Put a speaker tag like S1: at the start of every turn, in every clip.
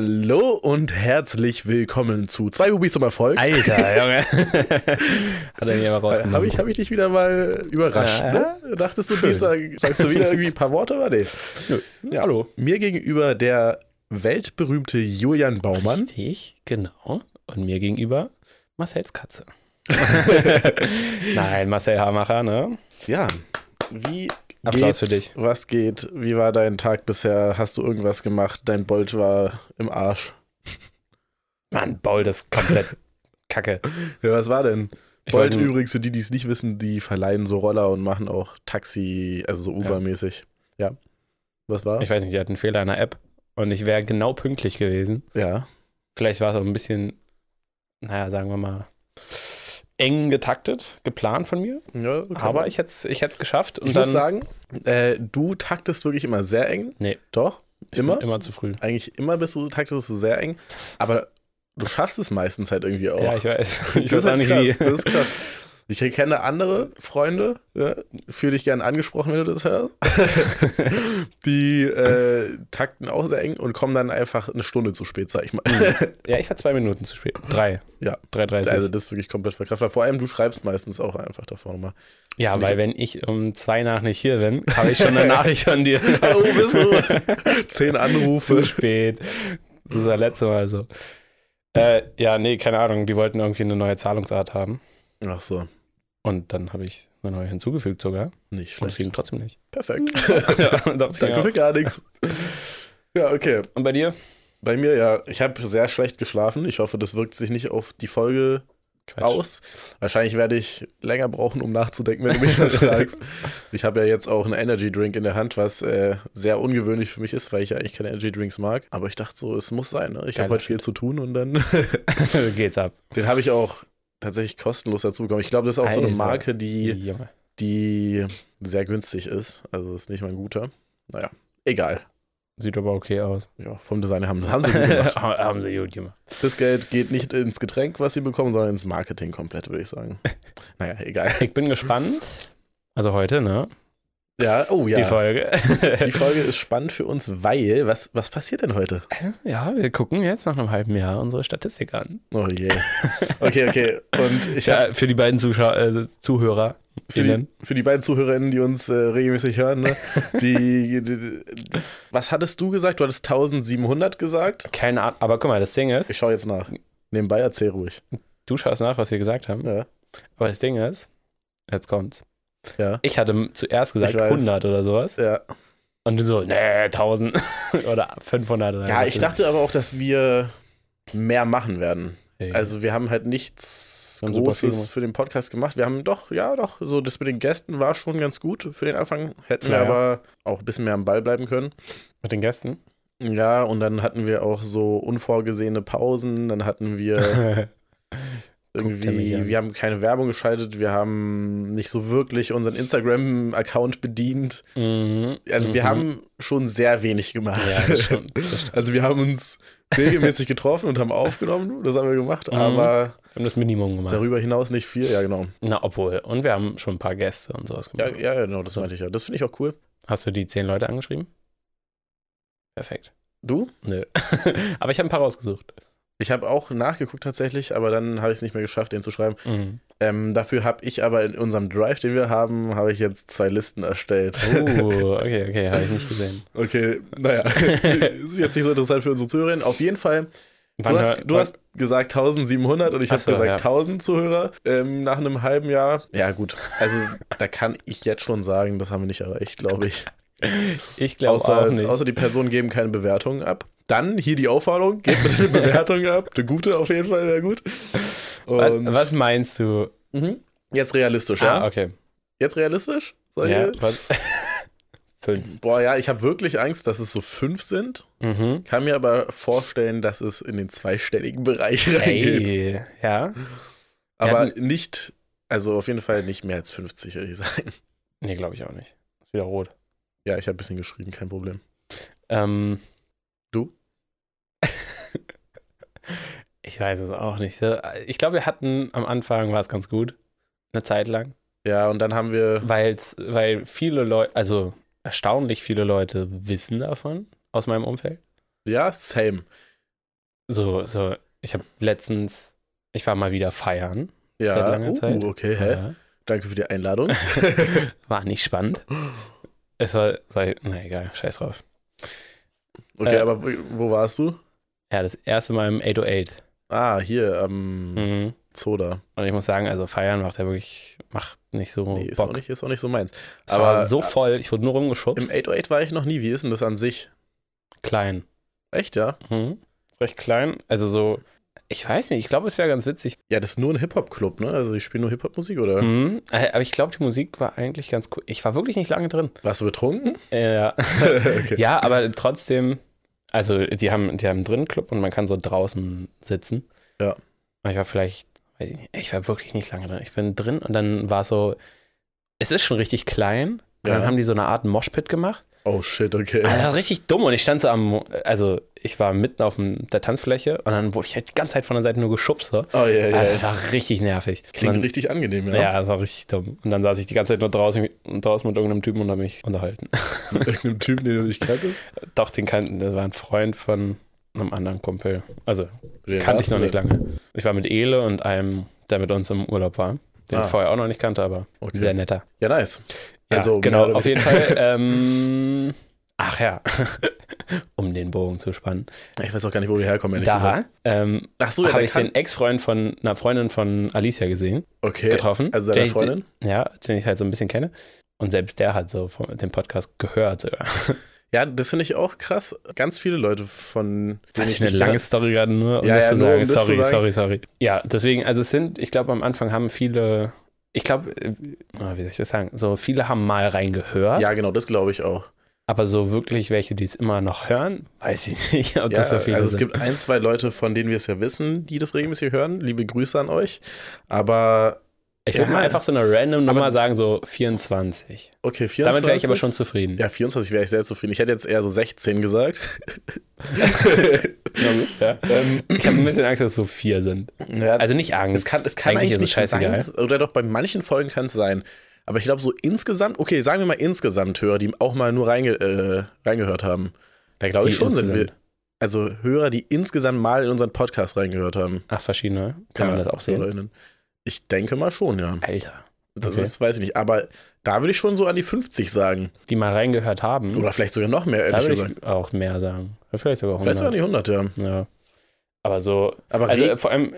S1: Hallo und herzlich willkommen zu zwei Bubis zum Erfolg.
S2: Alter, Junge. Hat er mir aber rausgenommen.
S1: Habe ich, hab ich dich wieder mal überrascht,
S2: Ja.
S1: ne? Dachtest du,
S2: Schön.
S1: dies, sagst du wieder irgendwie ein paar Worte? Aber nee. Ja.
S2: Hallo.
S1: Mir gegenüber der weltberühmte Julian Baumann.
S2: Richtig, genau. Und mir gegenüber Marcells Katze. Nein, Marcel Hamacher, ne?
S1: Ja. Wie
S2: Applaus
S1: geht's?
S2: für dich.
S1: Was geht? Wie war dein Tag bisher? Hast du irgendwas gemacht? Dein Bolt war im Arsch.
S2: Mann, Paul, das ist komplett Kacke.
S1: Ja, was war denn?
S2: Ich
S1: Bolt
S2: wollte-
S1: übrigens, für die, die es nicht wissen, die verleihen so Roller und machen auch Taxi, also so Uber-mäßig. Ja. Was war?
S2: Ich weiß nicht, die hat einen Fehler in der App und ich wäre genau pünktlich gewesen.
S1: ja.
S2: Vielleicht war es auch ein bisschen, naja, sagen wir mal, eng getaktet, geplant von mir.
S1: Ja,
S2: Aber ich hätte es ich hätt's geschafft. Und
S1: ich
S2: dann
S1: muss sagen, äh, du taktest wirklich immer sehr eng.
S2: Nee.
S1: Doch,
S2: ich bin
S1: immer.
S2: immer zu früh.
S1: Eigentlich immer bist du taktest du sehr eng. Aber du schaffst es meistens halt irgendwie auch.
S2: Ja, ich weiß. Ich
S1: das,
S2: weiß
S1: ist
S2: auch
S1: halt
S2: nicht,
S1: krass,
S2: wie.
S1: das ist krass. Ich kenne andere Freunde, ja, fühle dich gern angesprochen, wenn du das hörst. Die äh, takten auch sehr eng und kommen dann einfach eine Stunde zu spät, sag ich
S2: Mhm,
S1: mal.
S2: Ja, ich war zwei Minuten zu spät. Drei.
S1: Ja.
S2: Drei, dreißig.
S1: Also das ist wirklich komplett verkraftbar. Vor allem du schreibst meistens auch einfach davor nochmal.
S2: ja,
S1: ziemlich-
S2: weil wenn ich um zwei nach nicht hier bin, habe ich schon eine Nachricht von dir.
S1: Hallo, bist du? Zehn Anrufe.
S2: zu spät. Das war letzte Mal so. Äh, ja, nee, keine Ahnung. Die wollten irgendwie eine neue Zahlungsart haben.
S1: Ach so,
S2: Und dann habe ich eine neue hinzugefügt sogar.
S1: nicht
S2: Und es
S1: schlecht.
S2: ging trotzdem nicht.
S1: Perfekt.
S2: Dachte ich mir
S1: Danke
S2: auch.
S1: für gar nichts. Ja, okay.
S2: Und bei dir?
S1: Bei mir ja, ich habe sehr schlecht geschlafen. Ich hoffe, das wirkt sich nicht auf die Folge
S2: Quatsch.
S1: aus. Wahrscheinlich werde ich länger brauchen, um nachzudenken, wenn du mich was fragst. Ich habe ja jetzt auch einen Energy Drink in der Hand, was äh, sehr ungewöhnlich für mich ist, weil ich ja eigentlich keine Energy Drinks mag. Aber ich dachte so, es muss sein. Ne? Ich habe
S2: Geiler
S1: heute viel zu tun und dann
S2: Geht's ab.
S1: den habe ich auch tatsächlich kostenlos dazu bekommen. Ich glaube, das ist auch so eine
S2: Alter.
S1: Marke, die
S2: Junge.
S1: die sehr günstig ist. Also ist nicht mal ein guter. Naja, egal.
S2: Sieht aber okay aus.
S1: Ja, vom Design haben, haben sie gut gemacht.
S2: Haben sie gut gemacht.
S1: Das Geld geht nicht ins Getränk, was sie bekommen, sondern ins Marketing komplett, würde ich sagen. Naja, egal.
S2: Ich bin gespannt. Also heute, ne?
S1: Ja, oh ja.
S2: Die
S1: Die Folge,
S2: Folge.
S1: ist spannend für uns, weil, was, was passiert denn heute?
S2: Ja, wir gucken jetzt nach einem halben Jahr unsere Statistik an.
S1: Oh je. Okay, okay. Und ich hab,
S2: Ja, für die beiden Zuschauer, äh, Zuhörer.
S1: für, die, für die beiden ZuhörerInnen, die uns äh, regelmäßig hören, ne, die, die, die, was hattest du gesagt? Du hattest 1700 gesagt.
S2: Keine Ahnung, aber guck mal, das Ding ist,
S1: Ich schaue jetzt nach. Nebenbei erzähl ruhig.
S2: du schaust nach, was wir gesagt haben,
S1: Ja.
S2: aber das Ding ist, jetzt kommt's.
S1: Ja.
S2: Ich hatte m- zuerst gesagt
S1: Ich weiß.
S2: 100 oder sowas
S1: Ja,
S2: und du so, nee, 1000 oder 500 oder
S1: Ja,
S2: was
S1: ich
S2: weiß
S1: dachte aber auch, dass wir mehr machen werden.
S2: ich.
S1: Also wir haben halt nichts
S2: Wir haben super viel
S1: Großes
S2: gemacht.
S1: für den Podcast gemacht. Wir haben doch, ja doch, so das mit den Gästen war schon ganz gut für den Anfang. Hätten wir
S2: Ja, ja.
S1: aber auch ein bisschen mehr am Ball bleiben können.
S2: mit den Gästen.
S1: Ja, und dann hatten wir auch so unvorgesehene Pausen. Dann hatten wir
S2: er mich
S1: irgendwie,
S2: an.
S1: wir haben keine Werbung geschaltet. Wir haben nicht so wirklich unseren Instagram-Account bedient.
S2: Mhm,
S1: Also wir
S2: mhm.
S1: haben schon sehr wenig gemacht.
S2: Ja, das stimmt. Das stimmt.
S1: Also wir haben uns regelmäßig getroffen und haben aufgenommen, das haben wir gemacht,
S2: Mhm.
S1: aber
S2: Wir haben das Minimum gemacht.
S1: darüber hinaus nicht viel. Ja, genau.
S2: Na, obwohl. Und wir haben schon ein paar Gäste und sowas
S1: Ja,
S2: gemacht.
S1: ja genau, das meinte ich ja. Das finde ich auch cool.
S2: Hast du die 10 Leute angeschrieben? Perfekt.
S1: Du?
S2: Nö. aber ich habe ein paar rausgesucht.
S1: Ich habe auch nachgeguckt tatsächlich, aber dann habe ich es nicht mehr geschafft, den zu schreiben.
S2: Mhm.
S1: Ähm, dafür habe ich aber in unserem Drive, den wir haben, habe ich jetzt zwei Listen erstellt.
S2: Uh, okay, okay, habe ich nicht gesehen.
S1: Okay, naja, ist jetzt nicht so interessant für unsere Zuhörerinnen. Auf jeden Fall, du, hast, du hast gesagt 1700 und ich habe
S2: Ach so,
S1: gesagt
S2: ja.
S1: 1000 Zuhörer ähm, nach einem halben Jahr. Ja gut, also da kann ich jetzt schon sagen, das haben wir nicht erreicht, glaube ich.
S2: ich glaube
S1: außer,
S2: auch nicht.
S1: außer die Personen geben keine Bewertungen ab. Dann hier die Aufforderung, gebt bitte eine Bewertung ab. Eine gute auf jeden Fall, wäre gut.
S2: was,
S1: Und
S2: was meinst du?
S1: Mhm. jetzt realistisch, ja?
S2: Ah, okay.
S1: Jetzt realistisch? Soll
S2: Ja,
S1: ich-
S2: was? Fünf.
S1: Boah, ja, ich habe wirklich Angst, dass es so fünf sind.
S2: Mhm.
S1: Kann mir aber vorstellen, dass es in den zweistelligen Bereich reingeht.
S2: Ey, ja.
S1: aber
S2: Wir
S1: nicht, also auf jeden Fall nicht mehr als 50, würde ich sagen.
S2: Nee, glaube ich auch nicht. Ist wieder rot.
S1: Ja, ich habe ein bisschen geschrieben, kein Problem.
S2: Ähm,
S1: Du?
S2: ich weiß es auch nicht. so. Ich glaube, wir hatten am Anfang war es ganz gut. Eine Zeit lang.
S1: Ja, und dann haben wir,
S2: Weil's, weil viele Leute, also erstaunlich viele Leute wissen davon aus meinem Umfeld.
S1: ja, same.
S2: so, so, ich habe letztens, ich war mal wieder feiern
S1: Ja,
S2: seit langer
S1: uh,
S2: Zeit.
S1: okay, hä?
S2: Ja.
S1: Danke für die Einladung.
S2: War nicht spannend. Es war, sei, na egal, scheiß drauf.
S1: Okay,
S2: Äh.
S1: aber wo wo warst du?
S2: Ja, das erste Mal im 808.
S1: Ah, hier am
S2: Mhm.
S1: Zoda.
S2: Und ich muss sagen, also feiern macht ja wirklich, macht nicht äh, so
S1: Nee, ist auch,
S2: Oh, Bock.
S1: nicht, ist auch nicht so meins.
S2: es war
S1: aber- äh,
S2: so voll, ich wurde nur
S1: Im
S2: rumgeschubst.
S1: 808 war ich noch nie. Wie ist denn das an sich?
S2: Klein.
S1: Echt, ja?
S2: Mhm. Recht klein. Also so, ich weiß nicht, ich glaube, es wäre ganz witzig.
S1: Ja, das ist nur ein Hip-Hop-Club, ne? Also, ich spiele nur Hip-Hop-Musik, oder?
S2: Mhm. Äh, Aber ich glaube, die Musik war eigentlich ganz cool. Ich war wirklich nicht lange drin.
S1: Warst du betrunken?
S2: Äh,
S1: okay.
S2: Ja, aber trotzdem, also die haben, die haben drin einen Club und man kann so draußen sitzen.
S1: Ja.
S2: Aber Ich war vielleicht, weiß ich nicht, ich war wirklich nicht lange drin. Ich bin drin und dann war es so, es ist schon richtig klein. Und
S1: Ja.
S2: dann haben die so eine Art Moshpit gemacht.
S1: Oh, shit, okay.
S2: Alter, richtig dumm. Und ich stand so am, also ich war mitten auf dem, der Tanzfläche und dann wurde ich halt die ganze Zeit von der Seite nur geschubst. So.
S1: Oh, ja, ja.
S2: Also, das war richtig nervig.
S1: Klingt
S2: Und dann,
S1: richtig ne? angenehm, ja.
S2: ja. das war richtig dumm. Und dann saß ich die ganze Zeit nur draußen, draußen mit irgendeinem Typen und habe mich halt. unterhalten.
S1: Mit irgendeinem Typen, den du nicht kanntest.
S2: Doch, den kannten, das war ein Freund von einem anderen Kumpel. Also,
S1: Den
S2: kannte
S1: warst
S2: ich noch
S1: du
S2: nicht
S1: denn?
S2: lange. Ich war mit Ele und einem, der mit uns im Urlaub war, den
S1: Ah.
S2: ich vorher auch noch nicht kannte, aber
S1: Okay.
S2: sehr netter.
S1: Ja, nice.
S2: Ja,
S1: Also, mehr
S2: genau,
S1: oder
S2: auf jeden Fall. Ähm, ach ja, um den Bogen zu spannen.
S1: Ich weiß auch gar nicht, wo wir herkommen, ehrlich gesagt.
S2: Da ähm,
S1: Ach so, ja,
S2: habe
S1: der
S2: ich
S1: kann-
S2: den Ex-Freund von einer Freundin von Alicia gesehen,
S1: Okay,
S2: getroffen.
S1: also deine
S2: den-
S1: Freundin?
S2: Ja, den ich halt so ein bisschen kenne. Und selbst der hat so vom, den Podcast gehört. Sogar.
S1: Ja, das finde ich auch krass. Ganz viele Leute von
S2: Was ich
S1: nicht
S2: eine lange Story gerade nur, um
S1: Ja,
S2: das
S1: ja,
S2: zu
S1: nur, um
S2: sagen.
S1: das zu
S2: sorry,
S1: sagen.
S2: sorry, sorry. Ja, deswegen, also es sind, ich glaube, am Anfang haben viele, ich glaube, äh, ah, wie soll ich das sagen, so viele haben mal reingehört,
S1: Ja, genau, das glaube ich auch.
S2: aber so wirklich welche, die es immer noch hören, weiß ich nicht, ob
S1: Ja,
S2: das so
S1: also
S2: viele
S1: es
S2: sind.
S1: gibt ein, zwei Leute, von denen wir es ja wissen, die das regelmäßig hören. Liebe Grüße an euch. Aber
S2: ich würde
S1: ja.
S2: mal einfach so eine random
S1: Aber-
S2: Nummer sagen, so 24.
S1: okay, 24.
S2: Damit wäre ich aber schon zufrieden.
S1: Ja, 24 wäre ich sehr zufrieden. Ich hätte jetzt eher so 16 gesagt.
S2: Na gut, ja. Ähm, ich habe ein bisschen Angst, dass es so vier sind.
S1: Ja,
S2: Also nicht
S1: es
S2: Angst.
S1: kann, es kann eigentlich, nicht
S2: ist es
S1: sein.
S2: scheißegal.
S1: dass- Oder doch bei manchen Folgen kann es sein. Aber ich glaube, so insgesamt, okay, sagen wir mal insgesamt Hörer, die auch mal nur reinge äh, reingehört haben. Da glaube ich
S2: Die
S1: schon sind wir.
S2: insgesamt.
S1: Also Hörer, die insgesamt mal in unseren Podcast reingehört haben.
S2: Ach, verschiedene. Kann man
S1: Ja,
S2: das auch sehen?
S1: HörerInnen. Ich denke mal schon, ja.
S2: Alter.
S1: Das
S2: Okay.
S1: ist, weiß ich nicht. Aber da würde ich schon so an die 50 sagen.
S2: Die mal reingehört haben.
S1: Oder vielleicht sogar noch mehr,
S2: Da
S1: ehrlich
S2: würde
S1: gesagt.
S2: ich auch mehr sagen. Vielleicht sogar
S1: Vielleicht sogar
S2: 100.
S1: an die 100, ja.
S2: Ja. Aber so,
S1: Aber
S2: also
S1: also,
S2: äh, vor allem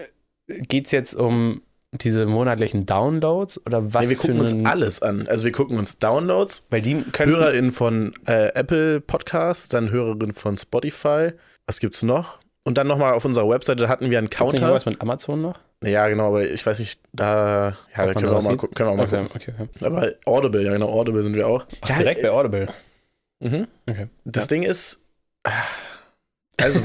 S2: geht es jetzt um diese monatlichen Downloads oder was
S1: nee, wir
S2: für
S1: gucken uns
S2: einen-
S1: alles an. Also wir gucken uns Downloads,
S2: Weil die können
S1: HörerInnen von äh, Apple Podcasts, dann HörerInnen von Spotify. Was gibt's noch? Und dann nochmal auf unserer Webseite, da hatten wir einen
S2: Gibt's nicht noch
S1: Counter.
S2: was mit Amazon noch?
S1: Ja, genau, aber ich weiß nicht, da, ja,
S2: Ob
S1: da können,
S2: man da
S1: wir auch
S2: was
S1: mal
S2: sieht?
S1: gucken, können wir auch mal
S2: okay,
S1: gucken.
S2: okay, okay.
S1: Aber Audible, ja genau, Audible sind wir auch.
S2: Ach,
S1: Ja,
S2: direkt
S1: äh,
S2: bei Audible.
S1: Mhm.
S2: Okay.
S1: Das
S2: Ja.
S1: Ding ist, äh, also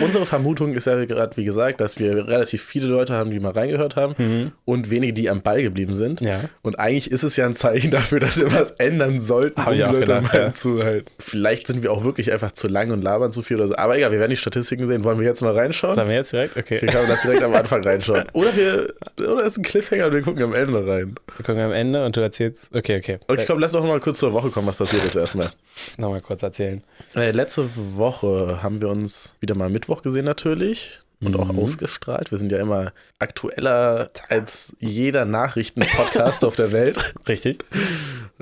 S1: unsere Vermutung ist ja gerade, wie gesagt, dass wir relativ viele Leute haben, die mal reingehört haben
S2: Mhm.
S1: und wenige, die am Ball geblieben sind.
S2: Ja.
S1: Und eigentlich ist es ja ein Zeichen dafür, dass wir was ändern sollten, um
S2: Hab ich auch gedacht,
S1: mal
S2: Ah ja.
S1: zuzuhalten. Vielleicht sind wir auch wirklich einfach zu lang und labern zu viel oder so. Aber egal, wir werden die Statistiken sehen. Wollen wir jetzt mal reinschauen?
S2: Sagen wir jetzt direkt? Okay.
S1: Dann kann man das direkt am Anfang reinschauen. Oder wir, oder ist ein Cliffhanger und wir gucken am Ende rein.
S2: Wir gucken am Ende und du erzählst. Okay, okay.
S1: Okay, komm, lass doch mal kurz zur Woche kommen, was passiert ist erstmal.
S2: Nochmal kurz erzählen.
S1: Äh, letzte Woche haben wir uns wieder mal Mittwoch gesehen natürlich und auch
S2: Mhm.
S1: ausgestrahlt. Wir sind ja immer aktueller als jeder Nachrichten-Podcast auf der Welt.
S2: Richtig?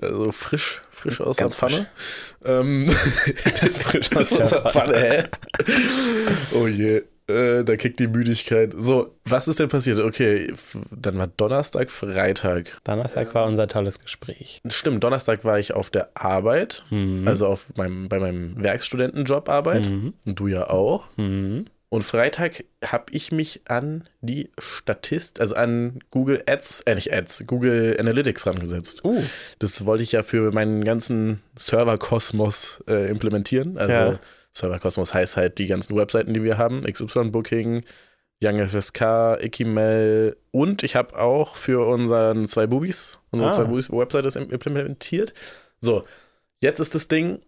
S1: Also frisch, frisch aus
S2: Ganz
S1: der Pfanne. Ähm, frisch aus der Pfanne, hä? Oh je. Äh, da kickt die Müdigkeit. So, was ist denn passiert? Okay, f- dann war Donnerstag, Freitag.
S2: Donnerstag war unser tolles Gespräch.
S1: Stimmt, Donnerstag war ich auf der Arbeit,
S2: Mhm.
S1: also auf meinem, bei meinem Werkstudentenjob Arbeit.
S2: Mhm.
S1: Und du ja auch.
S2: Mhm.
S1: Und Freitag habe ich mich an die Statist, also an Google Ads, äh nicht Ads, Google Analytics rangesetzt.
S2: Uh.
S1: Das wollte ich ja für meinen ganzen Serverkosmos äh, implementieren. Also
S2: Ja.
S1: Serverkosmos heißt halt die ganzen Webseiten, die wir haben, XY Booking, Young FSK, Ikimail und ich habe auch für unseren zwei Bubis, unsere
S2: Ah.
S1: zwei Bubis Webseite das im- implementiert. So, jetzt ist das Ding,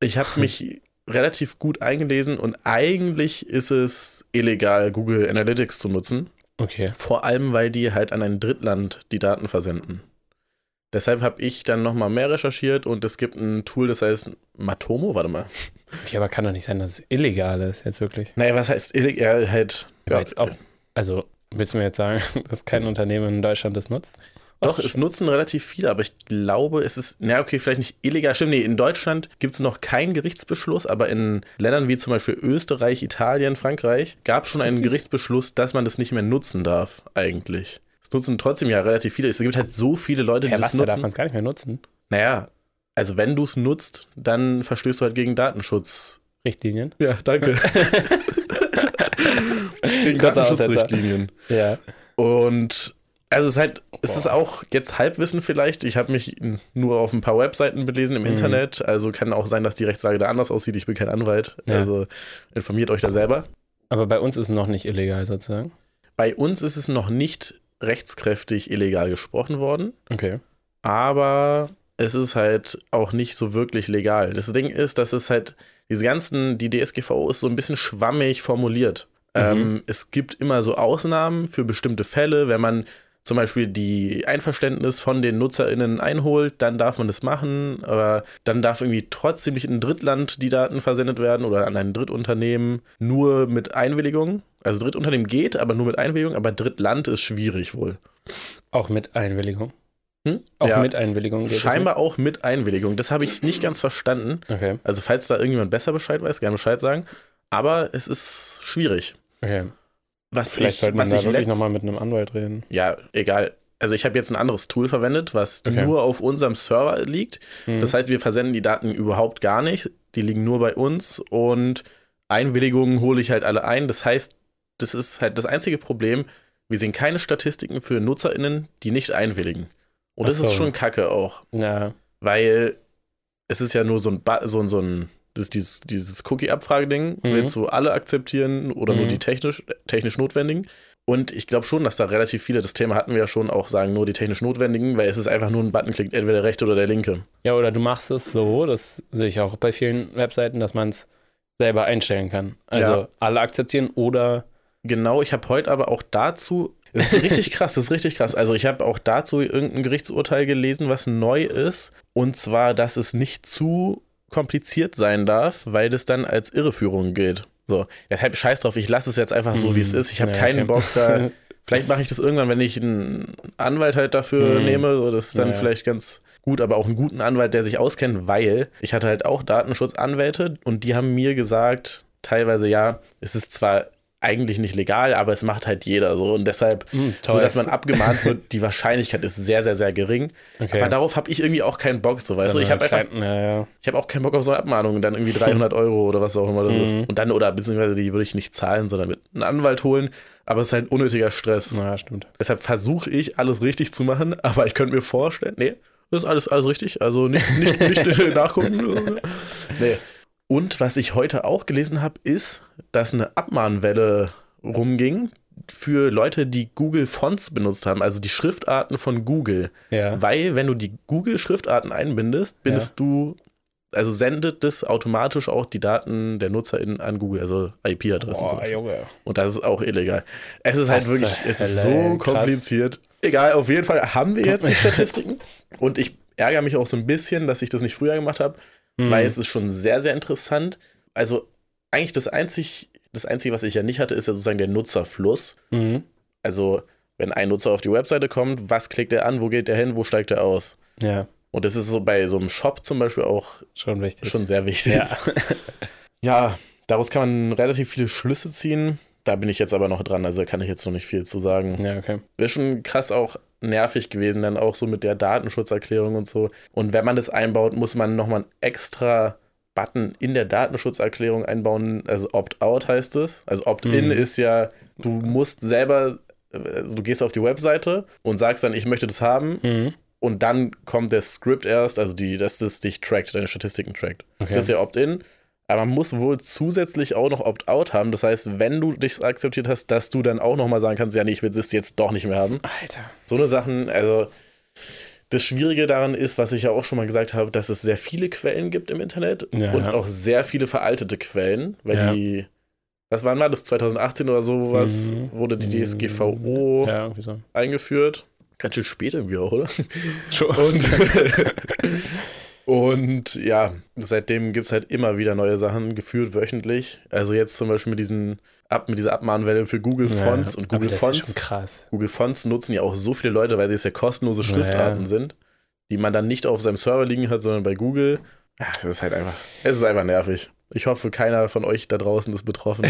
S1: ich habe mich relativ gut eingelesen und eigentlich ist es illegal, Google Analytics zu nutzen.
S2: Okay.
S1: Vor allem, weil die halt an ein Drittland die Daten versenden. Deshalb habe ich dann nochmal mehr recherchiert und es gibt ein Tool, das heißt Matomo, warte mal.
S2: Ja, aber kann doch nicht sein, dass es illegal ist, jetzt wirklich.
S1: Naja, was heißt illegal? Halt,
S2: Aber jetzt auch, also, willst du mir jetzt sagen, dass kein Unternehmen in Deutschland das nutzt?
S1: Doch, es nutzen relativ viele, aber ich glaube, es ist, na okay, vielleicht nicht illegal. Stimmt, nee, in Deutschland gibt es noch keinen Gerichtsbeschluss, aber in Ländern wie zum Beispiel Österreich, Italien, Frankreich gab es schon einen
S2: Richtig.
S1: Gerichtsbeschluss, dass man das nicht mehr nutzen darf, eigentlich. Es nutzen trotzdem ja relativ viele. Es gibt halt so viele Leute, die
S2: Ja, was,
S1: das
S2: da darf
S1: nutzen.
S2: man es gar nicht mehr nutzen.
S1: Naja, also wenn du es nutzt, dann verstößt du halt gegen Datenschutz.
S2: Richtlinien.
S1: Ja, danke. gegen
S2: Kurzer Aussetzer.
S1: Datenschutzrichtlinien.
S2: Ja.
S1: Und also es ist halt, es
S2: Boah.
S1: ist auch jetzt Halbwissen vielleicht. Ich habe mich nur auf ein paar Webseiten belesen im Internet. Also kann auch sein, dass die Rechtslage da anders aussieht. Ich bin kein Anwalt.
S2: Ja.
S1: Also informiert euch da selber.
S2: Aber bei uns ist es noch nicht illegal sozusagen.
S1: Bei uns ist es noch nicht rechtskräftig illegal gesprochen worden,
S2: Okay.
S1: aber es ist halt auch nicht so wirklich legal. Das Ding ist, dass es halt, diese ganzen, die DSGVO ist so ein bisschen schwammig formuliert.
S2: Mhm.
S1: Ähm, es gibt immer so Ausnahmen für bestimmte Fälle, wenn man zum Beispiel die Einverständnis von den NutzerInnen einholt, dann darf man das machen, aber dann darf irgendwie trotzdem nicht in ein Drittland die Daten versendet werden oder an ein Drittunternehmen nur mit Einwilligung. Also Drittunternehmen geht, aber nur mit Einwilligung, aber Drittland ist schwierig wohl.
S2: Auch mit Einwilligung.
S1: Hm?
S2: Auch
S1: ja,
S2: mit Einwilligung. geht es
S1: scheinbar auch mit Einwilligung. Das habe ich nicht ganz verstanden.
S2: nicht? Okay.
S1: Also falls da irgendjemand besser Bescheid weiß, gerne Bescheid sagen. Aber es ist schwierig.
S2: okay.
S1: Was
S2: Vielleicht
S1: ich,
S2: sollten wir
S1: was
S2: da
S1: ich
S2: wirklich
S1: letzt-
S2: nochmal mit einem Anwalt reden.
S1: Ja, egal. Also ich habe jetzt ein anderes Tool verwendet, was
S2: Okay.
S1: nur auf unserem Server liegt.
S2: Hm.
S1: Das heißt, wir versenden die Daten überhaupt gar nicht. Die liegen nur bei uns und Einwilligungen hole ich halt alle ein. Das heißt, das ist halt das einzige Problem. Wir sehen keine Statistiken für NutzerInnen, die nicht einwilligen. Und das
S2: Ach
S1: ist
S2: so.
S1: schon kacke auch,
S2: ja.
S1: weil es ist ja nur so ein, Ba- so ein, so ein das ist dieses, dieses Cookie-Abfrage-Ding.
S2: Mhm.
S1: Willst du alle akzeptieren oder nur
S2: Mhm.
S1: die technisch, technisch notwendigen? Und ich glaube schon, dass da relativ viele, das Thema hatten wir ja schon, auch sagen, nur die technisch notwendigen, weil es ist einfach nur ein Button-Klick, entweder der rechte oder der linke.
S2: ja, oder du machst es so, das sehe ich auch bei vielen Webseiten, dass man es selber einstellen kann. Also
S1: Ja.
S2: alle akzeptieren oder
S1: Genau, ich habe heute aber auch dazu. Das ist richtig krass, das ist richtig krass. Also, ich habe auch dazu irgendein Gerichtsurteil gelesen, was neu ist. Und zwar, dass es nicht zu kompliziert sein darf, weil das dann als Irreführung gilt. So, deshalb scheiß drauf, ich lasse es jetzt einfach so, wie es
S2: Mm,
S1: ist. Ich habe
S2: ja,
S1: keinen
S2: okay.
S1: Bock da. Vielleicht mache ich das irgendwann, wenn ich einen Anwalt halt dafür
S2: Mm.
S1: nehme. So, das ist dann
S2: Ja, ja.
S1: vielleicht ganz gut, aber auch einen guten Anwalt, der sich auskennt, weil ich hatte halt auch Datenschutzanwälte und die haben mir gesagt, teilweise ja, es ist zwar eigentlich nicht legal, aber es macht halt jeder so und deshalb,
S2: Hm, toll.
S1: so dass man abgemahnt wird, die Wahrscheinlichkeit ist sehr, sehr, sehr gering.
S2: Okay.
S1: Aber darauf habe ich irgendwie auch keinen Bock, so weißt du. Also
S2: Sondern
S1: Ich habe einfach,
S2: klein- halt ja, ja.
S1: ich habe auch keinen Bock auf so eine Abmahnung und dann irgendwie 300 Euro oder was auch immer das
S2: Mhm.
S1: ist. Und dann oder beziehungsweise die würde ich nicht zahlen, sondern mit einem Anwalt holen. Aber es ist halt unnötiger Stress.
S2: Na, ja, stimmt.
S1: Deshalb versuche ich, alles richtig zu machen, aber ich könnte mir vorstellen, nee, das ist alles, alles richtig, also nicht, nicht, nicht nachgucken. Nee. Und was ich heute auch gelesen habe, ist, dass eine Abmahnwelle rumging für Leute, die Google Fonts benutzt haben, also die Schriftarten von Google.
S2: Ja.
S1: Weil, wenn du die Google-Schriftarten einbindest, bindest du, also sendet das automatisch auch die Daten der NutzerInnen an Google, also IP-Adressen zum
S2: Boah,
S1: Beispiel.
S2: Junge.
S1: Und das ist auch illegal. Es ist
S2: Was
S1: halt
S2: zur
S1: wirklich, es ist
S2: Hölle,
S1: so
S2: krass.
S1: kompliziert. Egal, auf jeden Fall haben wir jetzt die Statistiken. Und ich ärgere mich auch so ein bisschen, dass ich das nicht früher gemacht habe,
S2: Mhm.
S1: weil es ist schon sehr, sehr interessant. Also eigentlich das einzig, das Einzige, was ich ja nicht hatte, ist ja sozusagen der Nutzerfluss.
S2: Mhm.
S1: Also wenn ein Nutzer auf die Webseite kommt, was klickt er an, wo geht er hin, wo steigt er aus?
S2: Ja,
S1: Und das ist so bei so einem Shop zum Beispiel auch
S2: schon wichtig.
S1: schon sehr wichtig.
S2: ja.
S1: Ja, daraus kann man relativ viele Schlüsse ziehen. Da bin ich jetzt aber noch dran, also da kann ich jetzt noch nicht viel zu sagen.
S2: ja, okay.
S1: Wäre schon krass auch nervig gewesen, dann auch so mit der Datenschutzerklärung und so. Und wenn man das einbaut, muss man nochmal einen extra Button in der Datenschutzerklärung einbauen. Also Opt-out heißt es. Also Opt-in
S2: Mhm.
S1: ist ja, du musst selber, also du gehst auf die Webseite und sagst dann, ich möchte das haben.
S2: Mhm.
S1: Und dann kommt der Script erst, also die, dass das dich trackt, deine Statistiken trackt.
S2: okay.
S1: Das ist ja Opt-in. Aber man muss wohl zusätzlich auch noch Opt-out haben. Das heißt, wenn du dich akzeptiert hast, dass du dann auch nochmal sagen kannst, ja, nee, ich will das jetzt doch nicht mehr haben.
S2: Alter.
S1: So eine Sachen, also das Schwierige daran ist, was ich ja auch schon mal gesagt habe, dass es sehr viele Quellen gibt im Internet
S2: Ja.
S1: und auch sehr viele veraltete Quellen, weil
S2: Ja.
S1: die, was waren mal das, 2018 oder so was,
S2: Mhm.
S1: wurde die
S2: Mhm.
S1: DSGVO
S2: Ja, irgendwie so.
S1: eingeführt. Ganz schön spät irgendwie auch, oder?
S2: Schon.
S1: Und, und ja, seitdem gibt es halt immer wieder neue Sachen, geführt wöchentlich. Also jetzt zum Beispiel mit, diesen, Ab- mit dieser Abmahnwelle für Google Fonts und Google
S2: aber das Ist
S1: Fonts.
S2: schon krass.
S1: Google Fonts nutzen ja auch so viele Leute, weil es ja kostenlose
S2: Ja.
S1: Schriftarten sind, die man dann nicht auf seinem Server liegen hat, sondern bei Google. Ja, es ist halt einfach, es ist einfach nervig. Ich hoffe, keiner von euch da draußen ist betroffen.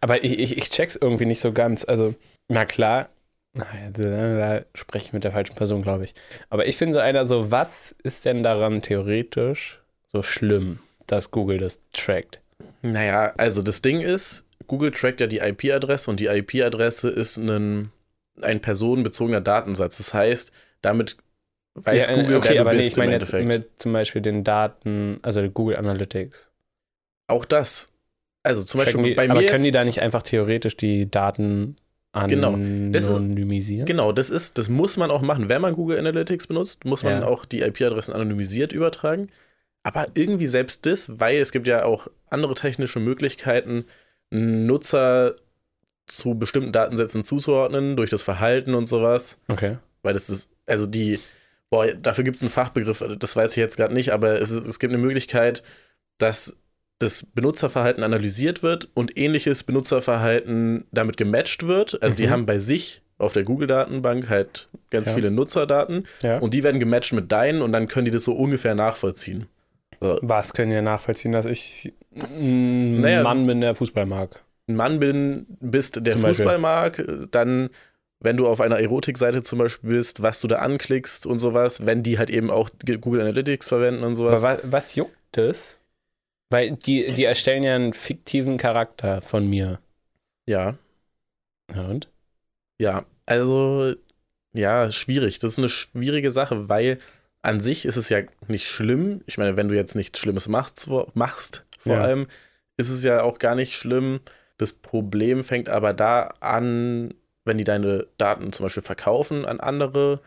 S2: Aber ich, ich, ich check's irgendwie nicht so ganz. Also, na klar, naja, da, da spreche ich mit der falschen Person, glaube ich. Aber ich bin so einer, so, was ist denn daran theoretisch so schlimm, dass Google das trackt?
S1: Naja, also das Ding ist, Google trackt ja die IP-Adresse und die IP-Adresse ist ein, ein personenbezogener Datensatz. Das heißt, damit weiß
S2: Ja, äh,
S1: Google,
S2: okay,
S1: wer du
S2: aber nee,
S1: bist
S2: ich meine
S1: im
S2: jetzt
S1: Endeffekt.
S2: mit zum Beispiel den Daten, also Google Analytics.
S1: Auch das. Also zum
S2: Checken
S1: Beispiel
S2: die,
S1: bei
S2: aber
S1: mir jetzt,
S2: können die da nicht einfach theoretisch die Daten
S1: Genau, das ist-
S2: anonymisieren?
S1: Genau, das ist, das muss man auch machen. Wenn man Google Analytics benutzt, muss man
S2: Ja.
S1: auch die IP-Adressen anonymisiert übertragen. Aber irgendwie selbst das, weil es gibt ja auch andere technische Möglichkeiten, einen Nutzer zu bestimmten Datensätzen zuzuordnen, durch das Verhalten und sowas.
S2: okay.
S1: Weil das ist, also die, boah, dafür gibt es einen Fachbegriff, äh, das weiß ich jetzt gerade nicht, aber es, ist, es gibt eine Möglichkeit, dass das Benutzerverhalten analysiert wird und ähnliches Benutzerverhalten damit gematcht wird. Also die
S2: Mhm.
S1: haben bei sich auf der Google-Datenbank halt ganz
S2: Ja.
S1: viele Nutzerdaten
S2: Ja.
S1: und die werden gematcht mit deinen und dann können die das so ungefähr nachvollziehen.
S2: Was können ja nachvollziehen, dass ich ein
S1: Naja.
S2: Mann bin, der Fußball mag?
S1: Ein Mann bin, bist, der
S2: Zum Beispiel.
S1: Fußball mag, äh, dann, wenn du auf einer Erotikseite zum Beispiel bist, was du da anklickst und sowas, wenn die halt eben auch Google Analytics verwenden und sowas.
S2: Aber was, was juckt das? Weil die, die erstellen ja einen fiktiven Charakter von mir.
S1: Ja.
S2: Ja, und?
S1: Ja, also ja, schwierig. Das ist eine schwierige Sache, weil an sich ist es ja nicht schlimm. Ich meine, wenn du jetzt nichts Schlimmes machst, vor- machst vor
S2: Ja.
S1: allem, ist es ja auch gar nicht schlimm. Das Problem fängt aber da an, wenn die deine Daten zum Beispiel verkaufen an andere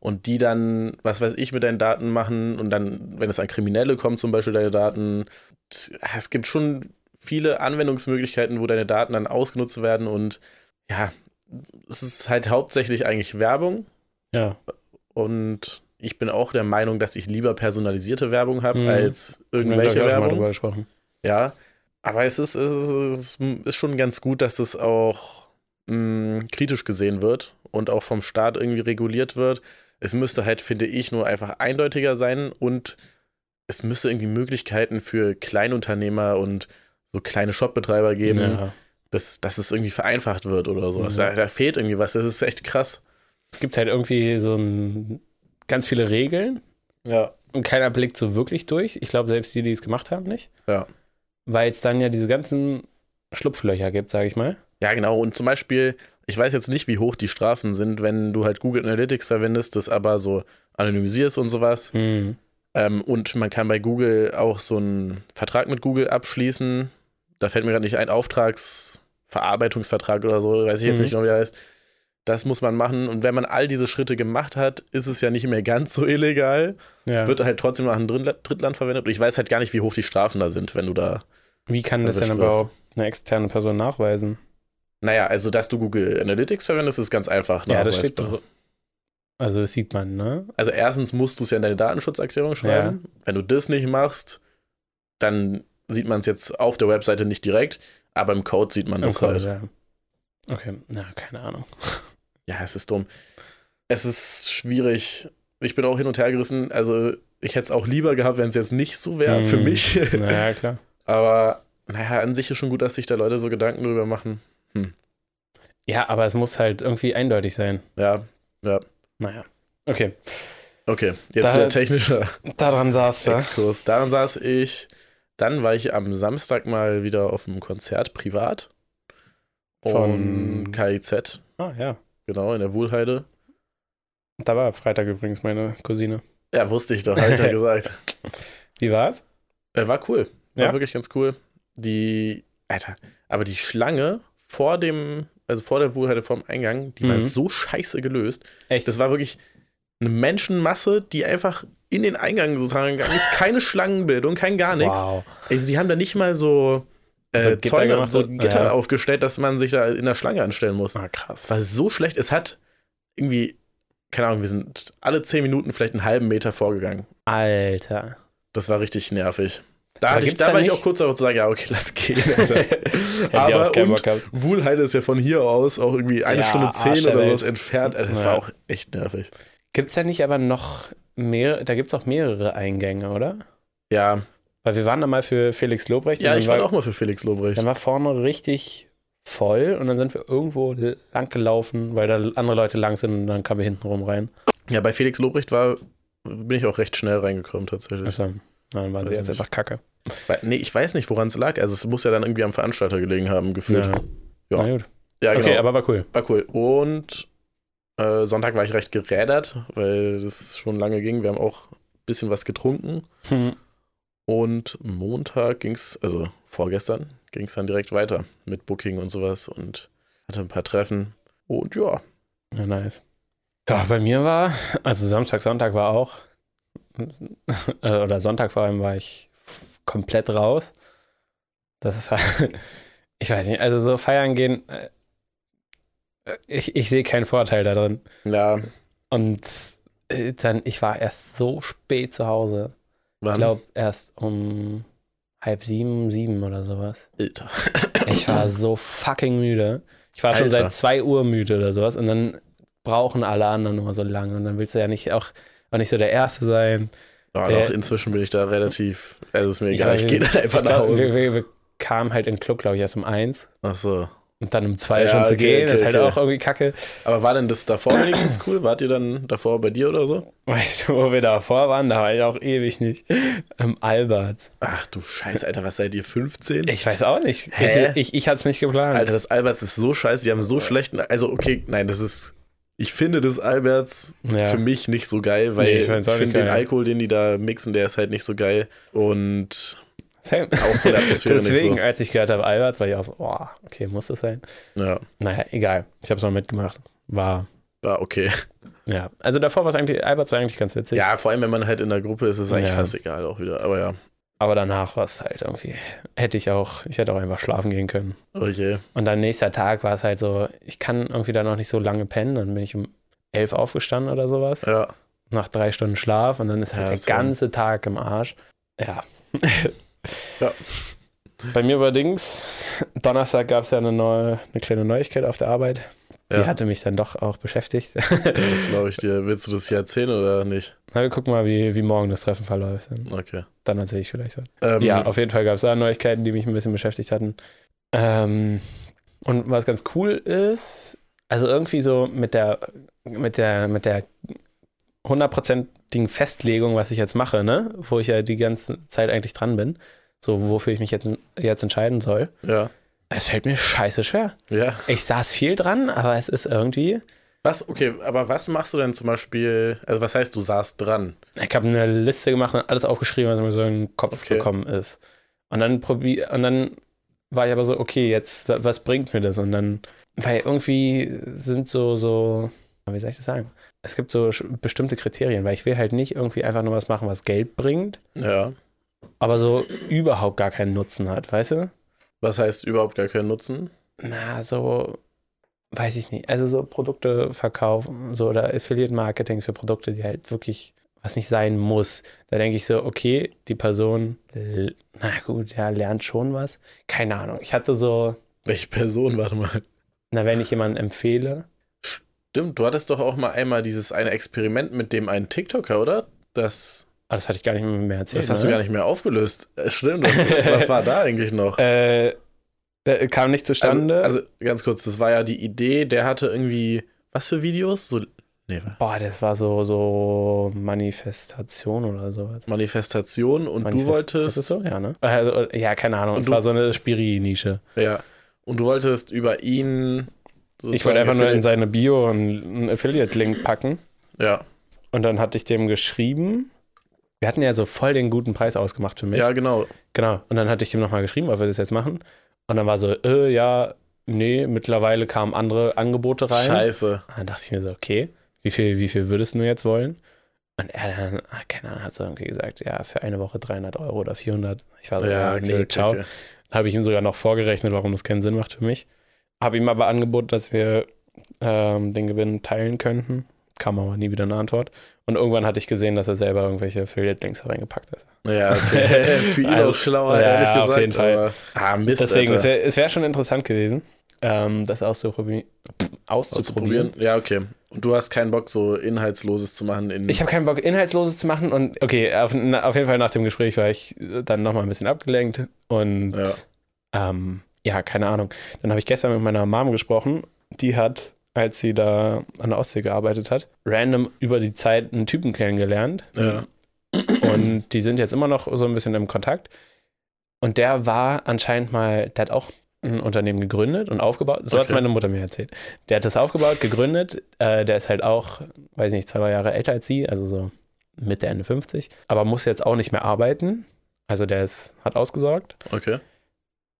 S1: und die dann, was weiß ich, mit deinen Daten machen und dann, wenn es an Kriminelle kommt, zum Beispiel deine Daten. t- Es gibt schon viele Anwendungsmöglichkeiten, wo deine Daten dann ausgenutzt werden und ja, es ist halt hauptsächlich eigentlich Werbung
S2: Ja.
S1: und ich bin auch der Meinung, dass ich lieber personalisierte Werbung habe
S2: Mhm.
S1: als
S2: Irgendwelche
S1: irgendwelche
S2: wir, glaub ich, auch schon mal drüber
S1: Werbung.
S2: gesprochen.
S1: Ja, aber es ist, es ist, es ist schon ganz gut, dass es auch mh, kritisch gesehen wird und auch vom Staat irgendwie reguliert wird. Es müsste halt, finde ich, nur einfach eindeutiger sein und es müsste irgendwie Möglichkeiten für Kleinunternehmer und so kleine Shopbetreiber geben,
S2: Ja.
S1: dass, dass es irgendwie vereinfacht wird oder sowas.
S2: Mhm.
S1: Da, da fehlt irgendwie was, das ist echt krass.
S2: Es gibt halt irgendwie so ein, ganz viele Regeln
S1: Ja.
S2: und keiner blickt so wirklich durch. Ich glaube, selbst die, die es gemacht haben, nicht.
S1: Ja.
S2: Weil es dann ja diese ganzen Schlupflöcher gibt, sage ich mal.
S1: Ja, genau. Und zum Beispiel, ich weiß jetzt nicht, wie hoch die Strafen sind, wenn du halt Google Analytics verwendest, das aber so anonymisierst und sowas.
S2: Mhm.
S1: Ähm, und man kann bei Google auch so einen Vertrag mit Google abschließen. Da fällt mir gerade nicht ein, Auftragsverarbeitungsvertrag oder so, weiß ich jetzt
S2: Mhm.
S1: nicht genau, wie der heißt. Das muss man machen. Und wenn man all diese Schritte gemacht hat, ist es ja nicht mehr ganz so illegal.
S2: Ja.
S1: Wird halt trotzdem nach einem Drittla- Drittland verwendet. Und ich weiß halt gar nicht, wie hoch die Strafen da sind, wenn du da
S2: Wie kann das
S1: Also
S2: denn
S1: Stress.
S2: überhaupt eine externe Person nachweisen?
S1: Naja, also dass du Google Analytics verwendest, ist ganz einfach. ne? nachweisbar.
S2: dr- Also das sieht man, ne?
S1: Also erstens musst du es ja in deine Datenschutzerklärung schreiben. Wenn du das nicht machst, dann sieht man es jetzt auf der Webseite nicht direkt, aber im Code sieht man
S2: Im
S1: das
S2: Code,
S1: halt.
S2: Oh ja. Okay, na, keine Ahnung.
S1: Ja, es ist dumm. Es ist schwierig. Ich bin auch hin und her gerissen. Also ich hätte es auch lieber gehabt, wenn es jetzt nicht so wäre
S2: Hm.
S1: für mich.
S2: Naja, klar.
S1: aber naja, an sich ist schon gut, dass sich da Leute so Gedanken drüber machen.
S2: Ja, aber es muss halt irgendwie eindeutig sein.
S1: Ja,
S2: Naja. Okay,
S1: okay. Jetzt
S2: Da-
S1: wieder technischer.
S2: daran saß das.
S1: Exkurs. Daran saß ich. Dann war ich am Samstag mal wieder auf einem Konzert privat von
S2: Von-
S1: KIZ,
S2: Ah, ja.
S1: genau, in der Wohlheide.
S2: Da war Freitag übrigens meine Cousine.
S1: Ja, wusste ich doch, hab ich ja gesagt.
S2: Wie war's?
S1: Äh, war cool. War
S2: Ja?
S1: wirklich ganz cool. Die, Alter, aber die Schlange vor dem, also vor der Wohlheide, vor dem Eingang, die war
S2: Mhm.
S1: so scheiße gelöst.
S2: Echt?
S1: Das war wirklich eine Menschenmasse, die einfach in den Eingang sozusagen gegangen ist. Keine Schlangenbildung, kein gar nichts.
S2: Wow.
S1: Also die haben da nicht mal so, äh,
S2: So Also Gitter
S1: Zäune,
S2: gemacht,
S1: so
S2: so-
S1: Gitter
S2: ja.
S1: aufgestellt, dass man sich da in der Schlange anstellen muss.
S2: Ah,
S1: Es
S2: krass.
S1: war so schlecht. Es hat irgendwie keine Ahnung, wir sind alle zehn Minuten vielleicht einen halben Meter vorgegangen.
S2: Alter.
S1: Das war richtig nervig. Da,
S2: Aber
S1: hatte ich,
S2: gibt's
S1: da
S2: da
S1: war ich
S2: nicht-
S1: auch kurz darauf zu sagen, ja, okay, lass gehen. Alter.
S2: Hätte ich
S1: Aber
S2: auch keinen
S1: und
S2: Bock gehabt.
S1: Wuhlheide ist ja von hier aus auch irgendwie eine
S2: Ja,
S1: Stunde
S2: Arsch
S1: zehn
S2: der
S1: oder
S2: Welt.
S1: sowas entfernt. Alter, das
S2: Ja.
S1: war auch echt nervig.
S2: Gibt's da nicht aber noch mehr, da gibt's auch mehrere Eingänge, oder?
S1: Ja,
S2: Weil wir waren da mal für Felix Lobrecht.
S1: ja
S2: und
S1: ich
S2: dann
S1: war
S2: war,
S1: auch mal für Felix Lobrecht.
S2: Dann war vorne richtig voll und dann sind wir irgendwo lang gelaufen, weil da andere Leute lang sind und dann kamen wir hinten rum rein.
S1: Ja, bei Felix Lobrecht war, bin ich auch recht schnell reingekommen tatsächlich.
S2: Also, dann waren
S1: Weiß
S2: sie jetzt
S1: nicht.
S2: einfach kacke.
S1: Weil- Nee, ich weiß nicht, woran es lag. Also es muss ja dann irgendwie am Veranstalter gelegen haben, gefühlt. Ja, Ja.
S2: Na gut.
S1: genau.
S2: Okay, aber war cool.
S1: war cool. Und äh, Sonntag war ich recht gerädert, weil das schon lange ging. Wir haben auch ein bisschen was getrunken. Und Montag ging es, also vorgestern, ging es dann direkt weiter mit Booking und sowas und hatte ein paar Treffen. Und ja,
S2: Ja, nice. Ja, bei mir war, also Samstag, Sonntag war auch, äh, oder Sonntag vor allem war ich f- komplett raus. Das ist halt, ich weiß nicht, also so feiern gehen, äh, ich, ich sehe keinen Vorteil da drin.
S1: ja,
S2: Und äh, dann, ich war erst so spät zu Hause. Ich
S1: waren
S2: glaube erst um halb sieben, sieben oder sowas.
S1: Alter.
S2: Ich war so fucking müde. Ich war schon
S1: Alter.
S2: seit 2 Uhr müde oder sowas. Und dann brauchen alle anderen immer so lange. Und dann willst du ja nicht auch, auch nicht so der Erste sein.
S1: Ja,
S2: der-
S1: doch, inzwischen bin ich da relativ, also ist mir egal,
S2: Ja,
S1: ich
S2: wir-
S1: gehe dann einfach
S2: ich
S1: nach
S2: glaub,
S1: Hause.
S2: Wir, wir, wir kamen halt in den Club, glaube ich, erst um eins.
S1: Ach so.
S2: Und dann um zwei
S1: Ja,
S2: schon zu
S1: okay,
S2: gehen,
S1: okay,
S2: das ist halt
S1: okay.
S2: auch irgendwie kacke.
S1: Aber war denn das davor wenigstens cool? Wart ihr dann davor bei dir oder so?
S2: Weißt du, wo wir davor waren? Da war ich auch ewig nicht. Im Albert.
S1: Ach du Scheiß, Alter, was seid ihr, 15?
S2: Ich weiß auch nicht.
S1: Hä?
S2: Ich, ich, ich hatte es nicht geplant.
S1: Alter, das Alberts ist so scheiße, die haben so schlechten. Also, okay, nein, das ist. Ich finde das Alberts
S2: Ja.
S1: für mich nicht so geil, weil
S2: Nee, ich
S1: ich,
S2: find's auch
S1: finde
S2: nicht
S1: den
S2: geil.
S1: Alkohol, den die da mixen, der ist halt nicht so geil. Und
S2: Same.
S1: auch von der Atmosphäre nicht
S2: Deswegen, als ich gehört habe, Albert, war ich auch so, oh, okay, muss das sein?
S1: ja,
S2: Naja, egal. Ich habe es noch mitgemacht. War,
S1: war okay.
S2: ja. Also davor war es eigentlich, Albert war eigentlich ganz witzig.
S1: Ja, vor allem, wenn man halt in der Gruppe ist, ist es eigentlich
S2: Ja.
S1: fast egal auch wieder. Aber ja,
S2: Aber danach war es halt irgendwie, hätte ich auch, ich hätte auch einfach schlafen gehen können.
S1: okay.
S2: Und dann nächster Tag war es halt so, ich kann irgendwie da noch nicht so lange pennen. Dann bin ich um elf aufgestanden oder sowas.
S1: Ja,
S2: Nach drei Stunden Schlaf und dann ist halt
S1: Ja,
S2: der
S1: so.
S2: ganze Tag im Arsch. Ja.
S1: Ja.
S2: Bei mir allerdings, Donnerstag gab es ja eine neue, eine kleine Neuigkeit auf der Arbeit. Die
S1: Ja.
S2: hatte mich dann doch auch beschäftigt.
S1: das glaube ich dir. Willst du das hier erzählen oder nicht?
S2: Na, wir gucken mal, wie, wie morgen das Treffen verläuft. Dann-
S1: Okay.
S2: Dann erzähle ich vielleicht was.
S1: Ähm,
S2: Ja, auf jeden Fall gab es da Neuigkeiten, die mich ein bisschen beschäftigt hatten. Ähm, und was ganz cool ist, also irgendwie so mit der, mit der, mit der hundertprozentigen Festlegung, was ich jetzt mache, ne, wo ich ja die ganze Zeit eigentlich dran bin, so wofür ich mich jetzt, jetzt entscheiden soll,
S1: ja.
S2: es fällt mir scheiße schwer.
S1: Ja.
S2: Ich saß viel dran, aber es ist irgendwie,
S1: Was, okay, aber was machst du denn zum Beispiel? Also, was heißt, du saßt dran?
S2: Ich habe eine Liste gemacht und alles aufgeschrieben, was mir so in den Kopf
S1: Okay.
S2: gekommen ist. Und dann probier und dann war ich aber so, okay, jetzt, wa- was bringt mir das? Und dann, weil irgendwie sind so, so, wie soll ich das sagen? Es gibt so sch- bestimmte Kriterien, weil ich will halt nicht irgendwie einfach nur was machen, was Geld bringt,
S1: Ja.
S2: aber so überhaupt gar keinen Nutzen hat, weißt du?
S1: Was heißt überhaupt gar keinen Nutzen?
S2: Na, so, weiß ich nicht. Also so Produkteverkauf so, oder Affiliate-Marketing für Produkte, die halt wirklich was nicht sein muss. Da denke ich so, okay, die Person, l- na gut, ja, lernt schon was. Keine Ahnung. Ich hatte so,
S1: Welche Person? Warte mal.
S2: na, wenn ich jemanden empfehle,
S1: Stimmt, du hattest doch auch mal einmal dieses eine Experiment mit dem einen TikToker, oder? Das,
S2: ah, das hatte ich gar nicht mehr erzählt. ne?
S1: das hast du gar nicht mehr aufgelöst. Äh, Stimmt, was, was war da eigentlich noch?
S2: Äh, äh, kam nicht
S1: Also,
S2: zustande.
S1: also ganz kurz, das war ja die Idee, der hatte irgendwie, was für Videos? So, nee, wa-
S2: Boah, das war so, so Manifestation oder sowas.
S1: Manifestation und du
S2: Manifest- Ist
S1: wolltest, Äh,
S2: das so? Ja, ne? Also, ja, keine Ahnung.
S1: Und
S2: es
S1: du-
S2: war so eine Spiri-Nische.
S1: ja, und du wolltest über ihn.
S2: Ich wollte einfach nur
S1: sozusagen
S2: in seine Bio einen Affiliate-Link packen.
S1: Ja,
S2: Und dann hatte ich dem geschrieben. Wir hatten ja so voll den guten Preis ausgemacht für mich.
S1: ja, genau.
S2: Genau. Und dann hatte ich dem nochmal geschrieben, ob wir das jetzt machen. Und dann war so, äh, ja, nee, mittlerweile kamen andere Angebote rein.
S1: Scheiße.
S2: Und dann dachte ich mir so, okay, wie viel, wie viel würdest du nur jetzt wollen? Und er dann, ah, keine Ahnung, hat so irgendwie gesagt, ja, für eine Woche 300 Euro oder 400. Ich war so, Also, ja, nee,
S1: okay, okay,
S2: ciao.
S1: okay.
S2: Habe ich ihm sogar noch vorgerechnet, warum das keinen Sinn macht für mich. Habe ihm aber angeboten, dass wir ähm, den Gewinn teilen könnten. kam aber nie wieder eine Antwort. Und irgendwann hatte ich gesehen, dass er selber irgendwelche Affiliate-Links reingepackt hat.
S1: Ja, okay. für ihn
S2: Also,
S1: auch schlauer,
S2: ja,
S1: ehrlich
S2: auf
S1: gesagt.
S2: jeden Fall.
S1: Aber, ah, Mist,
S2: Deswegen, es
S1: Alter.
S2: wäre es wär schon interessant gewesen, ähm, das auszuprobi auszuprobieren.
S1: auszuprobieren. Hm. Ja, okay. Und du hast keinen Bock, so Inhaltsloses zu machen in.
S2: Ich habe keinen Bock, Inhaltsloses zu machen. Und okay, auf, na, auf jeden Fall nach dem Gespräch war ich äh, dann nochmal ein bisschen abgelenkt. Und
S1: ja.
S2: Ähm, ja, keine Ahnung. Dann habe ich gestern mit meiner Mom gesprochen. Die hat, als sie da an der Ostsee gearbeitet hat, random über die Zeit einen Typen kennengelernt.
S1: Ja.
S2: Und die sind jetzt immer noch so ein bisschen im Kontakt. Und der war anscheinend mal, der hat auch ein Unternehmen gegründet und aufgebaut. So hat
S1: Okay.
S2: meine Mutter mir erzählt. Der hat das aufgebaut, gegründet. Äh, der ist halt auch, weiß nicht, zwei, drei Jahre älter als sie, also so Mitte, Ende 50. Aber muss jetzt auch nicht mehr arbeiten. Also der ist, hat ausgesorgt.
S1: Okay.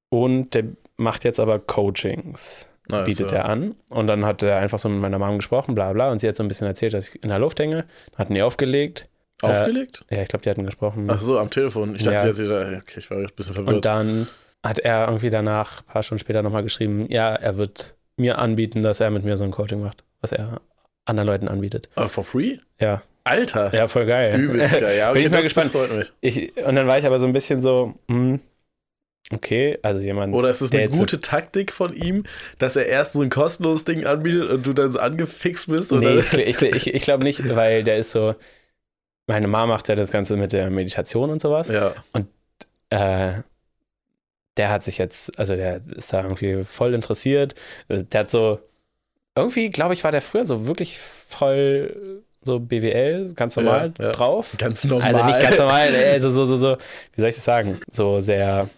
S2: Und der macht jetzt aber Coachings,
S1: Nice,
S2: bietet
S1: ja.
S2: er an. Und dann hat er einfach so mit meiner Mom gesprochen, bla bla. Und sie hat so ein bisschen erzählt, dass ich in der Luft hänge. Hatten die aufgelegt.
S1: Äh, Aufgelegt?
S2: Ja, ich glaube, die hatten gesprochen.
S1: Ach so, am Telefon. Ich dachte,
S2: Ja.
S1: sie hat sich da. Okay, ich war ein bisschen
S2: und
S1: verwirrt.
S2: dann hat er irgendwie danach, ein paar Stunden später, nochmal geschrieben, ja, er wird mir anbieten, dass er mit mir so ein Coaching macht, was er anderen Leuten anbietet.
S1: Aber Ah, for free?
S2: Ja,
S1: Alter!
S2: ja, voll geil.
S1: Übelst geil. Ja, okay,
S2: Bin ich mal
S1: das, das
S2: gespannt.
S1: freut mich.
S2: Ich, und dann war ich aber so ein bisschen so, hm, okay, also jemand.
S1: Oder ist es eine
S2: der jetzt-
S1: gute Taktik von ihm, dass er erst so ein kostenloses Ding anbietet und du dann so ne? angefixt bist? Oder?
S2: Nee, ich, gl- ich, gl- ich, ich glaube nicht, weil der ist so. Meine Mama macht ja das Ganze mit der Meditation und sowas.
S1: Ja,
S2: Äh, der hat sich jetzt, also der ist da irgendwie voll interessiert. Äh, Der hat so, irgendwie, glaube ich, war der früher so wirklich voll äh, so BWL, ganz
S1: Ja,
S2: normal
S1: ja.
S2: drauf.
S1: ganz normal.
S2: Also nicht ganz normal, äh, also so, so, so, wie soll ich das sagen? So sehr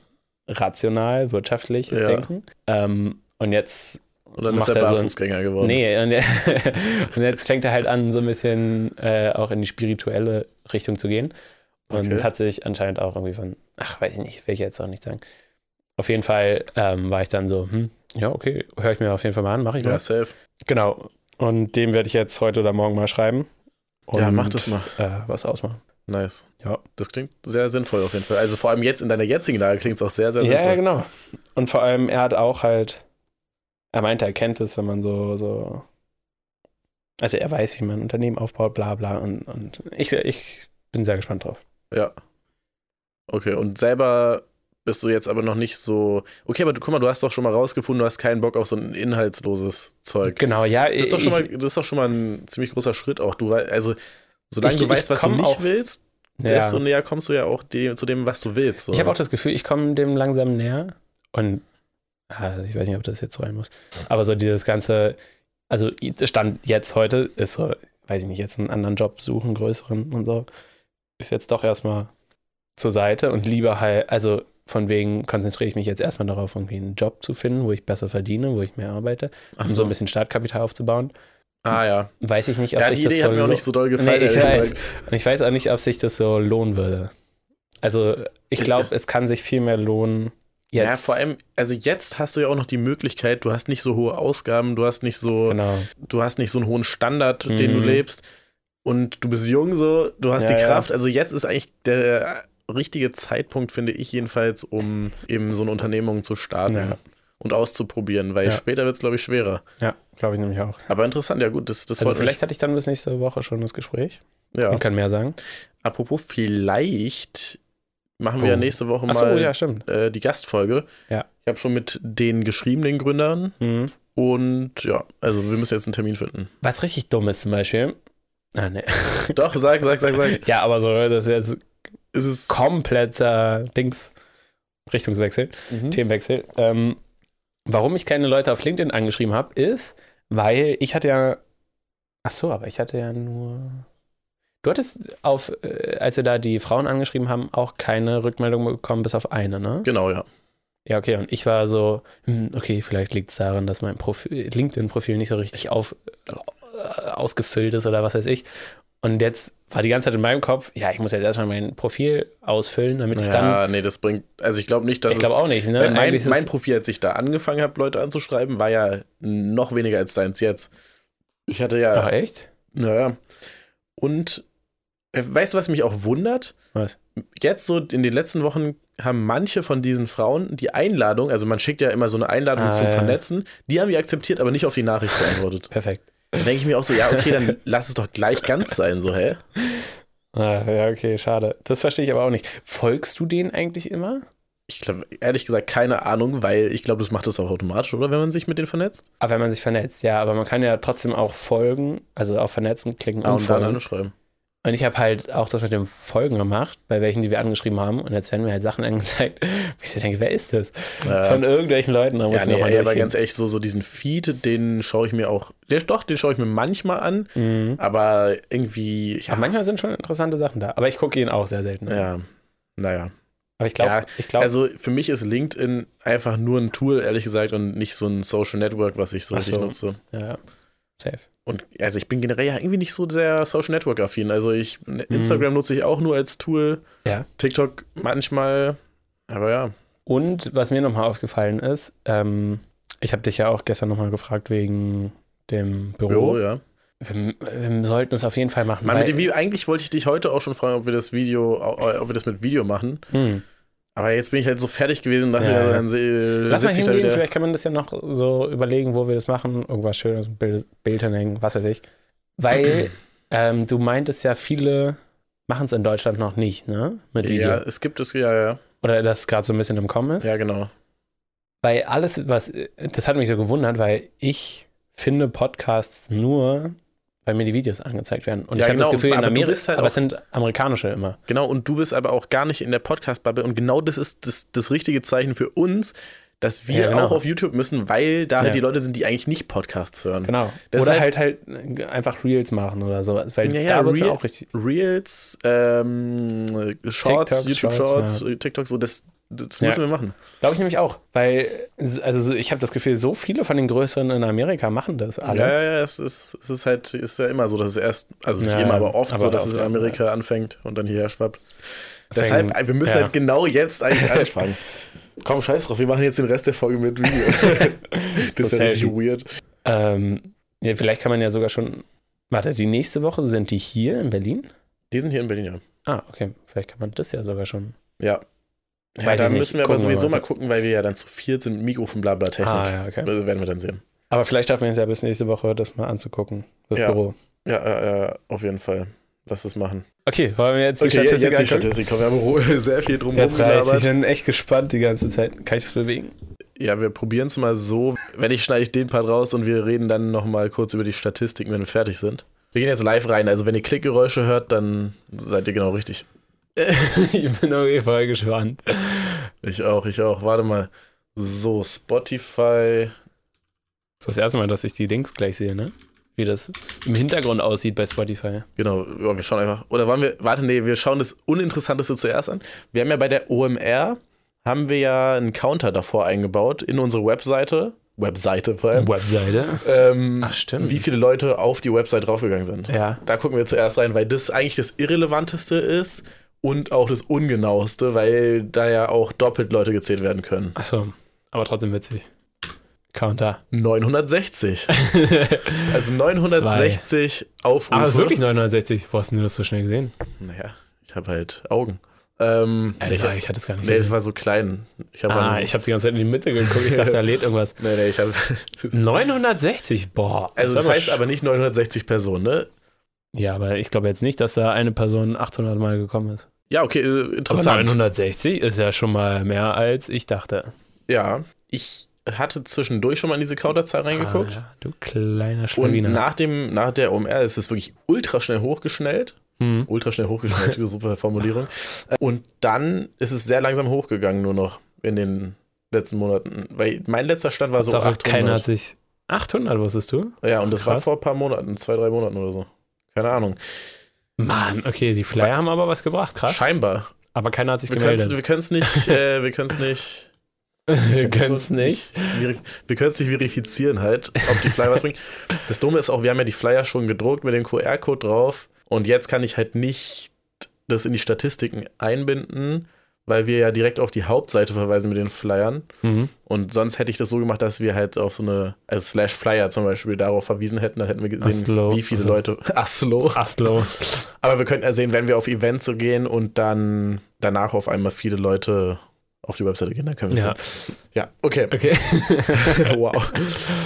S2: rational, wirtschaftliches
S1: Ja.
S2: Denken. Ähm, und jetzt
S1: Und dann ist er
S2: macht er so ein-
S1: Barfußgänger geworden.
S2: Nee, und, und jetzt fängt er halt an, so ein bisschen äh, auch in die spirituelle Richtung zu gehen. Und
S1: Okay.
S2: hat sich anscheinend auch irgendwie von, ach, weiß ich nicht, will ich jetzt auch nicht sagen. Auf jeden Fall ähm, war ich dann so, hm, ja, okay, höre ich mir auf jeden Fall mal an, mache ich
S1: Ja,
S2: was.
S1: safe.
S2: Genau. Und dem werde ich jetzt heute oder morgen mal schreiben. Und,
S1: ja, mach das mal.
S2: Äh, was ausmachen.
S1: Nice.
S2: Ja.
S1: Das klingt sehr sinnvoll auf jeden Fall. Also vor allem jetzt in deiner jetzigen Lage klingt es auch sehr, sehr
S2: Ja, ja,
S1: sinnvoll.
S2: genau. Und vor allem, er hat auch halt, er meinte, er kennt es, wenn man so, so, also er weiß, wie man ein Unternehmen aufbaut, bla bla. Und, und ich, ich bin sehr gespannt drauf.
S1: Okay, und selber bist du jetzt aber noch nicht so. Okay, aber du, guck mal, du hast doch schon mal rausgefunden, du hast keinen Bock auf so ein inhaltsloses Zeug.
S2: Genau, ja.
S1: Das ist doch
S2: ich-
S1: schon mal, das ist doch schon mal ein ziemlich großer Schritt auch. Du wei- also solange
S2: Ich-
S1: du
S2: ich
S1: weißt, was du
S2: komm
S1: nicht
S2: auch-
S1: willst,
S2: ja.
S1: desto näher kommst du ja auch dem, zu dem, was du willst. So.
S2: Ich habe auch das Gefühl, ich komme dem langsam näher. Und ah, ich weiß nicht, ob das jetzt rein muss. Aber so dieses ganze, also Stand jetzt heute ist so, weiß ich nicht, jetzt einen anderen Job suchen, größeren und so, ist jetzt doch erstmal zur Seite und lieber halt, also von wegen konzentriere ich mich jetzt erstmal darauf, irgendwie einen Job zu finden, wo ich besser verdiene, wo ich mehr arbeite,
S1: Ach
S2: um so ein bisschen Startkapital aufzubauen.
S1: Ah ja.
S2: Weiß ich nicht, ob
S1: Ja,
S2: sich
S1: die
S2: das
S1: Idee
S2: so
S1: hat mir auch
S2: lo-
S1: nicht so doll gefallen.
S2: Nee, ich
S1: ehrlich
S2: weiß.
S1: gesagt.
S2: und ich weiß auch nicht, ob sich das so lohnen würde. Also, ich glaube, es kann sich viel mehr lohnen, jetzt.
S1: Ja, vor allem, also jetzt hast du ja auch noch die Möglichkeit, du hast nicht so hohe Ausgaben, du hast nicht so,
S2: Genau.
S1: du hast nicht so einen hohen Standard, den du
S2: Mhm.
S1: lebst. Und du bist jung so, du hast
S2: Ja,
S1: die
S2: ja.
S1: Kraft. Also jetzt ist eigentlich der richtige Zeitpunkt, finde ich jedenfalls, um eben so eine Unternehmung zu starten
S2: Ja.
S1: und auszuprobieren, weil
S2: Ja.
S1: später wird es, glaube ich, schwerer.
S2: Ja, glaube ich nämlich auch.
S1: Aber interessant, ja gut, das, das
S2: Also
S1: freut mich.
S2: vielleicht hatte ich dann bis nächste Woche schon das Gespräch
S1: Ja.
S2: und kann mehr sagen.
S1: Apropos, vielleicht machen wir
S2: Oh.
S1: ja nächste Woche mal
S2: Achso, ja, stimmt.
S1: äh, die Gastfolge.
S2: Ja.
S1: Ich habe schon mit denen geschrieben, den Gründern.
S2: Mhm.
S1: Und ja, also wir müssen jetzt einen Termin finden.
S2: Was richtig dumm ist zum Beispiel. Ah, ne.
S1: Doch, sag, sag, sag, sag.
S2: Ja, aber so, das ist jetzt
S1: Ist es.
S2: kompletter Dings. Richtungswechsel,
S1: Mhm.
S2: Themenwechsel. Ähm, warum ich keine Leute auf LinkedIn angeschrieben habe, ist, weil ich hatte ja. Ach so, aber ich hatte ja nur. Du hattest auf, äh, als wir da die Frauen angeschrieben haben, auch keine Rückmeldung bekommen, bis auf eine, ne?
S1: Genau, ja.
S2: Ja, okay, und ich war so, hm, okay, vielleicht liegt es daran, dass mein Profi- LinkedIn-Profil nicht so richtig auf, äh, ausgefüllt ist oder was weiß ich. Und jetzt war die ganze Zeit in meinem Kopf, ja, ich muss jetzt erstmal mein Profil ausfüllen, damit ich dann.
S1: Ja, nee, das bringt. Also ich glaube nicht, dass
S2: Ich glaube
S1: es.
S2: auch nicht, ne?
S1: Weil mein,
S2: Eigentlich ist
S1: mein
S2: es-
S1: Profil, als ich da angefangen habe, Leute anzuschreiben, war ja noch weniger als deins jetzt. Ich hatte ja.
S2: Ach, echt?
S1: Naja. Und äh, weißt du, was mich auch wundert?
S2: Was?
S1: Jetzt so in den letzten Wochen haben manche von diesen Frauen die Einladung, also man schickt ja immer so eine Einladung
S2: Ah,
S1: zum
S2: ja.
S1: Vernetzen, die haben die akzeptiert, aber nicht auf die Nachricht geantwortet.
S2: Perfekt.
S1: Dann denke ich mir auch so, ja, okay, dann lass es doch gleich ganz sein, so, hä?
S2: Ah, ja, okay, schade. Das verstehe ich aber auch nicht. Folgst du denen eigentlich immer?
S1: Ich glaube, ehrlich gesagt, keine Ahnung, weil ich glaube, das macht das auch automatisch, oder? Wenn man sich mit denen vernetzt.
S2: Aber Ah, wenn man sich vernetzt, ja, aber man kann ja trotzdem auch folgen, also auf Vernetzen klicken und,
S1: Ah, und dann
S2: folgen.
S1: anschreiben.
S2: Und ich habe halt auch das mit dem Folgen gemacht, bei welchen, die wir angeschrieben haben. Und jetzt werden mir halt Sachen angezeigt, wo ich so denke, wer ist das?
S1: Ja.
S2: Von irgendwelchen Leuten. Da
S1: Äh,
S2: muss
S1: Ja,
S2: ich
S1: nee,
S2: noch mal
S1: ey, aber
S2: durchgehen.
S1: ganz ehrlich, so, so diesen Feed, den schaue ich mir auch. Der, doch, den schaue ich mir manchmal an,
S2: Mhm.
S1: aber irgendwie. Ja,
S2: Aber manchmal sind schon interessante Sachen da. Aber ich gucke ihn auch sehr selten. an.
S1: ja naja.
S2: Aber ich glaube,
S1: Ja,
S2: ich glaube,
S1: Also für mich ist LinkedIn einfach nur ein Tool, ehrlich gesagt, und nicht so ein Social Network, was ich so
S2: Ach
S1: richtig
S2: so.
S1: nutze.
S2: ja, safe.
S1: Und also ich bin generell ja irgendwie nicht so sehr Social Network-affin. Also ich Instagram nutze ich auch nur als Tool.
S2: Mhm. Ja.
S1: TikTok manchmal. Aber ja.
S2: Und was mir nochmal aufgefallen ist, ähm, ich habe dich ja auch gestern nochmal gefragt wegen dem Büro.
S1: Büro, ja.
S2: wir, wir sollten es auf jeden Fall machen.
S1: Mann, mit
S2: weil-
S1: dem Video, eigentlich wollte ich dich heute auch schon fragen, ob wir das Video, ob wir das mit Video machen.
S2: Hm.
S1: Aber jetzt bin ich halt so fertig gewesen, dachte
S2: Ja,
S1: mir,
S2: ja.
S1: dann se-
S2: Lass mal
S1: sitze ich da
S2: hingehen,
S1: wieder.
S2: vielleicht kann man das ja noch so überlegen, wo wir das machen. Irgendwas Schönes, ein Bild, Bild hinhängen, was weiß ich. Weil ähm, du meintest ja, viele machen es in Deutschland noch nicht, ne? Mit Video.
S1: Ja, es gibt es, ja, ja.
S2: Oder das es gerade so ein bisschen im Kommen ist.
S1: Ja, genau.
S2: Weil alles, was, das hat mich so gewundert, weil ich finde Podcasts nur, weil mir die Videos angezeigt werden. Und
S1: Ja,
S2: ich habe
S1: genau,
S2: das Gefühl, in
S1: aber du
S2: Amerika,
S1: bist halt
S2: aber
S1: auch-
S2: es sind amerikanische immer.
S1: Genau, und du bist aber auch gar nicht in der Podcast-Bubble. Und genau das ist das, das richtige Zeichen für uns, dass wir
S2: Ja, genau.
S1: auch auf YouTube müssen, weil da
S2: Ja.
S1: halt die Leute sind, die eigentlich nicht Podcasts hören.
S2: Genau. Oder
S1: Deshalb-
S2: halt halt einfach Reels machen oder sowas. Weil
S1: Ja, ja,
S2: da wird es
S1: Reel-
S2: auch richtig.
S1: Reels, ähm, Shorts,
S2: TikToks,
S1: YouTube
S2: Shorts,
S1: Shorts, TikTok, so, das, das
S2: Ja.
S1: müssen wir machen.
S2: Glaube ich nämlich auch, weil, also so- ich habe das Gefühl, so viele von den Größeren in Amerika machen das
S1: Ja,
S2: alle.
S1: ja, ja, es ist, es ist halt, ist ja immer so, dass es erst, also nicht
S2: Ja,
S1: immer, aber oft
S2: aber
S1: so, dass
S2: oft,
S1: es in
S2: ja.
S1: Amerika anfängt und dann hierher schwappt.
S2: Deswegen,
S1: Deshalb, wir müssen
S2: ja.
S1: halt genau jetzt eigentlich anfangen. Komm, scheiß drauf, wir machen jetzt den Rest der Folge mit Video. das ist ja richtig
S2: Selten.
S1: weird.
S2: Ähm, ja, vielleicht kann man ja sogar schon. Warte, die nächste Woche sind die hier in Berlin?
S1: Die sind hier in Berlin, ja.
S2: Ah, okay. Vielleicht kann man das ja sogar schon.
S1: Ja. ja
S2: Weiß
S1: da
S2: ich nicht.
S1: müssen wir aber
S2: Gucken wir
S1: sowieso
S2: mal.
S1: mal gucken, weil wir ja dann zu viert sind, Mikrofon, bla bla Technik.
S2: Ah, ja, okay.
S1: Also Werden wir dann sehen.
S2: Aber vielleicht schaffen wir es ja bis nächste Woche, das mal anzugucken. Das
S1: Ja.
S2: Büro.
S1: Ja, ja, ja, auf jeden Fall. Lass das machen.
S2: Okay, wollen wir jetzt die
S1: Okay, jetzt
S2: Statistik
S1: jetzt die
S2: angucken?
S1: Statistik. Komm, wir haben ro- sehr viel drum
S2: Jetzt reicht's. Ich
S1: rumgelabert.
S2: bin echt gespannt die ganze Zeit. Kann ich es bewegen?
S1: Ja, wir probieren es mal so. Wenn ich schneide ich den Part raus und wir reden dann nochmal kurz über die Statistiken, wenn wir fertig sind. Wir gehen jetzt live rein. Also wenn ihr Klickgeräusche hört, dann seid ihr genau richtig.
S2: ich bin auch eh voll gespannt.
S1: Ich auch, ich auch. Warte mal. So, Spotify.
S2: Das ist das erste Mal, dass ich die Links gleich sehe, ne? Wie das im Hintergrund aussieht bei Spotify.
S1: Genau, ja, wir schauen einfach. Oder wollen wir, warte, nee, wir schauen das Uninteressanteste zuerst an. Wir haben ja bei der OMR, haben wir ja einen Counter davor eingebaut in unsere Webseite. Webseite vor allem.
S2: Webseite.
S1: Ähm,
S2: Ach, stimmt.
S1: Wie viele Leute auf die Website draufgegangen sind.
S2: Ja.
S1: Da gucken wir zuerst rein, weil das eigentlich das Irrelevanteste ist und auch das Ungenaueste, weil da ja auch doppelt Leute gezählt werden können.
S2: Achso, aber trotzdem witzig. Counter.
S1: 960. Also 960 Aufrufe.
S2: Aber es ist wirklich 960. Wo hast du das so schnell gesehen?
S1: Naja, ich habe halt Augen. Ähm, nee, ich,
S2: Alter, ich hatte es gar nicht
S1: nee, es
S2: gesehen.
S1: war so klein. Ich habe
S2: Ah, ich habe die ganze Zeit in die Mitte geguckt. Ich dachte, da lädt irgendwas.
S1: nee, nee, ich hab,
S2: 960, boah.
S1: Also
S2: ist
S1: das
S2: aber
S1: heißt
S2: sch-
S1: aber nicht 960 Personen, ne?
S2: Ja, aber ich glaube jetzt nicht, dass da eine Person 800 Mal gekommen ist.
S1: Ja, okay, äh, interessant.
S2: 960 ist ja schon mal mehr als ich dachte.
S1: Ja, ich hatte zwischendurch schon mal in diese Counterzahl reingeguckt.
S2: Ah, ja, ne? du kleiner
S1: Und
S2: Schlawiner.
S1: nach, dem, nach der OMR ist es wirklich ultra schnell hochgeschnellt.
S2: Hm.
S1: Ultra schnell hochgeschnellt, super Formulierung. Äh, Und dann ist es sehr langsam hochgegangen, nur noch in den letzten Monaten. Weil mein letzter Stand war so
S2: Tatsache,
S1: 800.
S2: keiner hat sich. 800 wusstest du?
S1: ja, und das war
S2: Krass.
S1: vor ein paar Monaten, zwei, drei Monaten oder so. Keine Ahnung.
S2: Mann, okay, die Flyer haben aber was gebracht, krass.
S1: Scheinbar.
S2: Aber keiner hat sich
S1: Wir können es
S2: gemeldet.
S1: wir können's nicht, äh, wir können's nicht,
S2: Wir
S1: so- verif- wir können's nicht verifizieren halt, ob die Flyer was bringen. Das Dumme ist auch, wir haben ja die Flyer schon gedruckt mit dem QR-Code drauf und jetzt kann ich halt nicht das in die Statistiken einbinden, weil wir ja direkt auf die Hauptseite verweisen mit den Flyern
S2: Mhm.
S1: und sonst hätte ich das so gemacht, dass wir halt auf so eine, also Slash Flyer zum Beispiel darauf verwiesen hätten, dann hätten wir gesehen,
S2: slow.
S1: wie viele
S2: Also-
S1: Leute, ach slow,
S2: Aslo.
S1: aber wir könnten ja sehen, wenn wir auf Events so gehen und dann danach auf einmal viele Leute auf die Webseite gehen, dann können wir es
S2: Ja.
S1: sehen. Ja, okay.
S2: Okay.
S1: wow.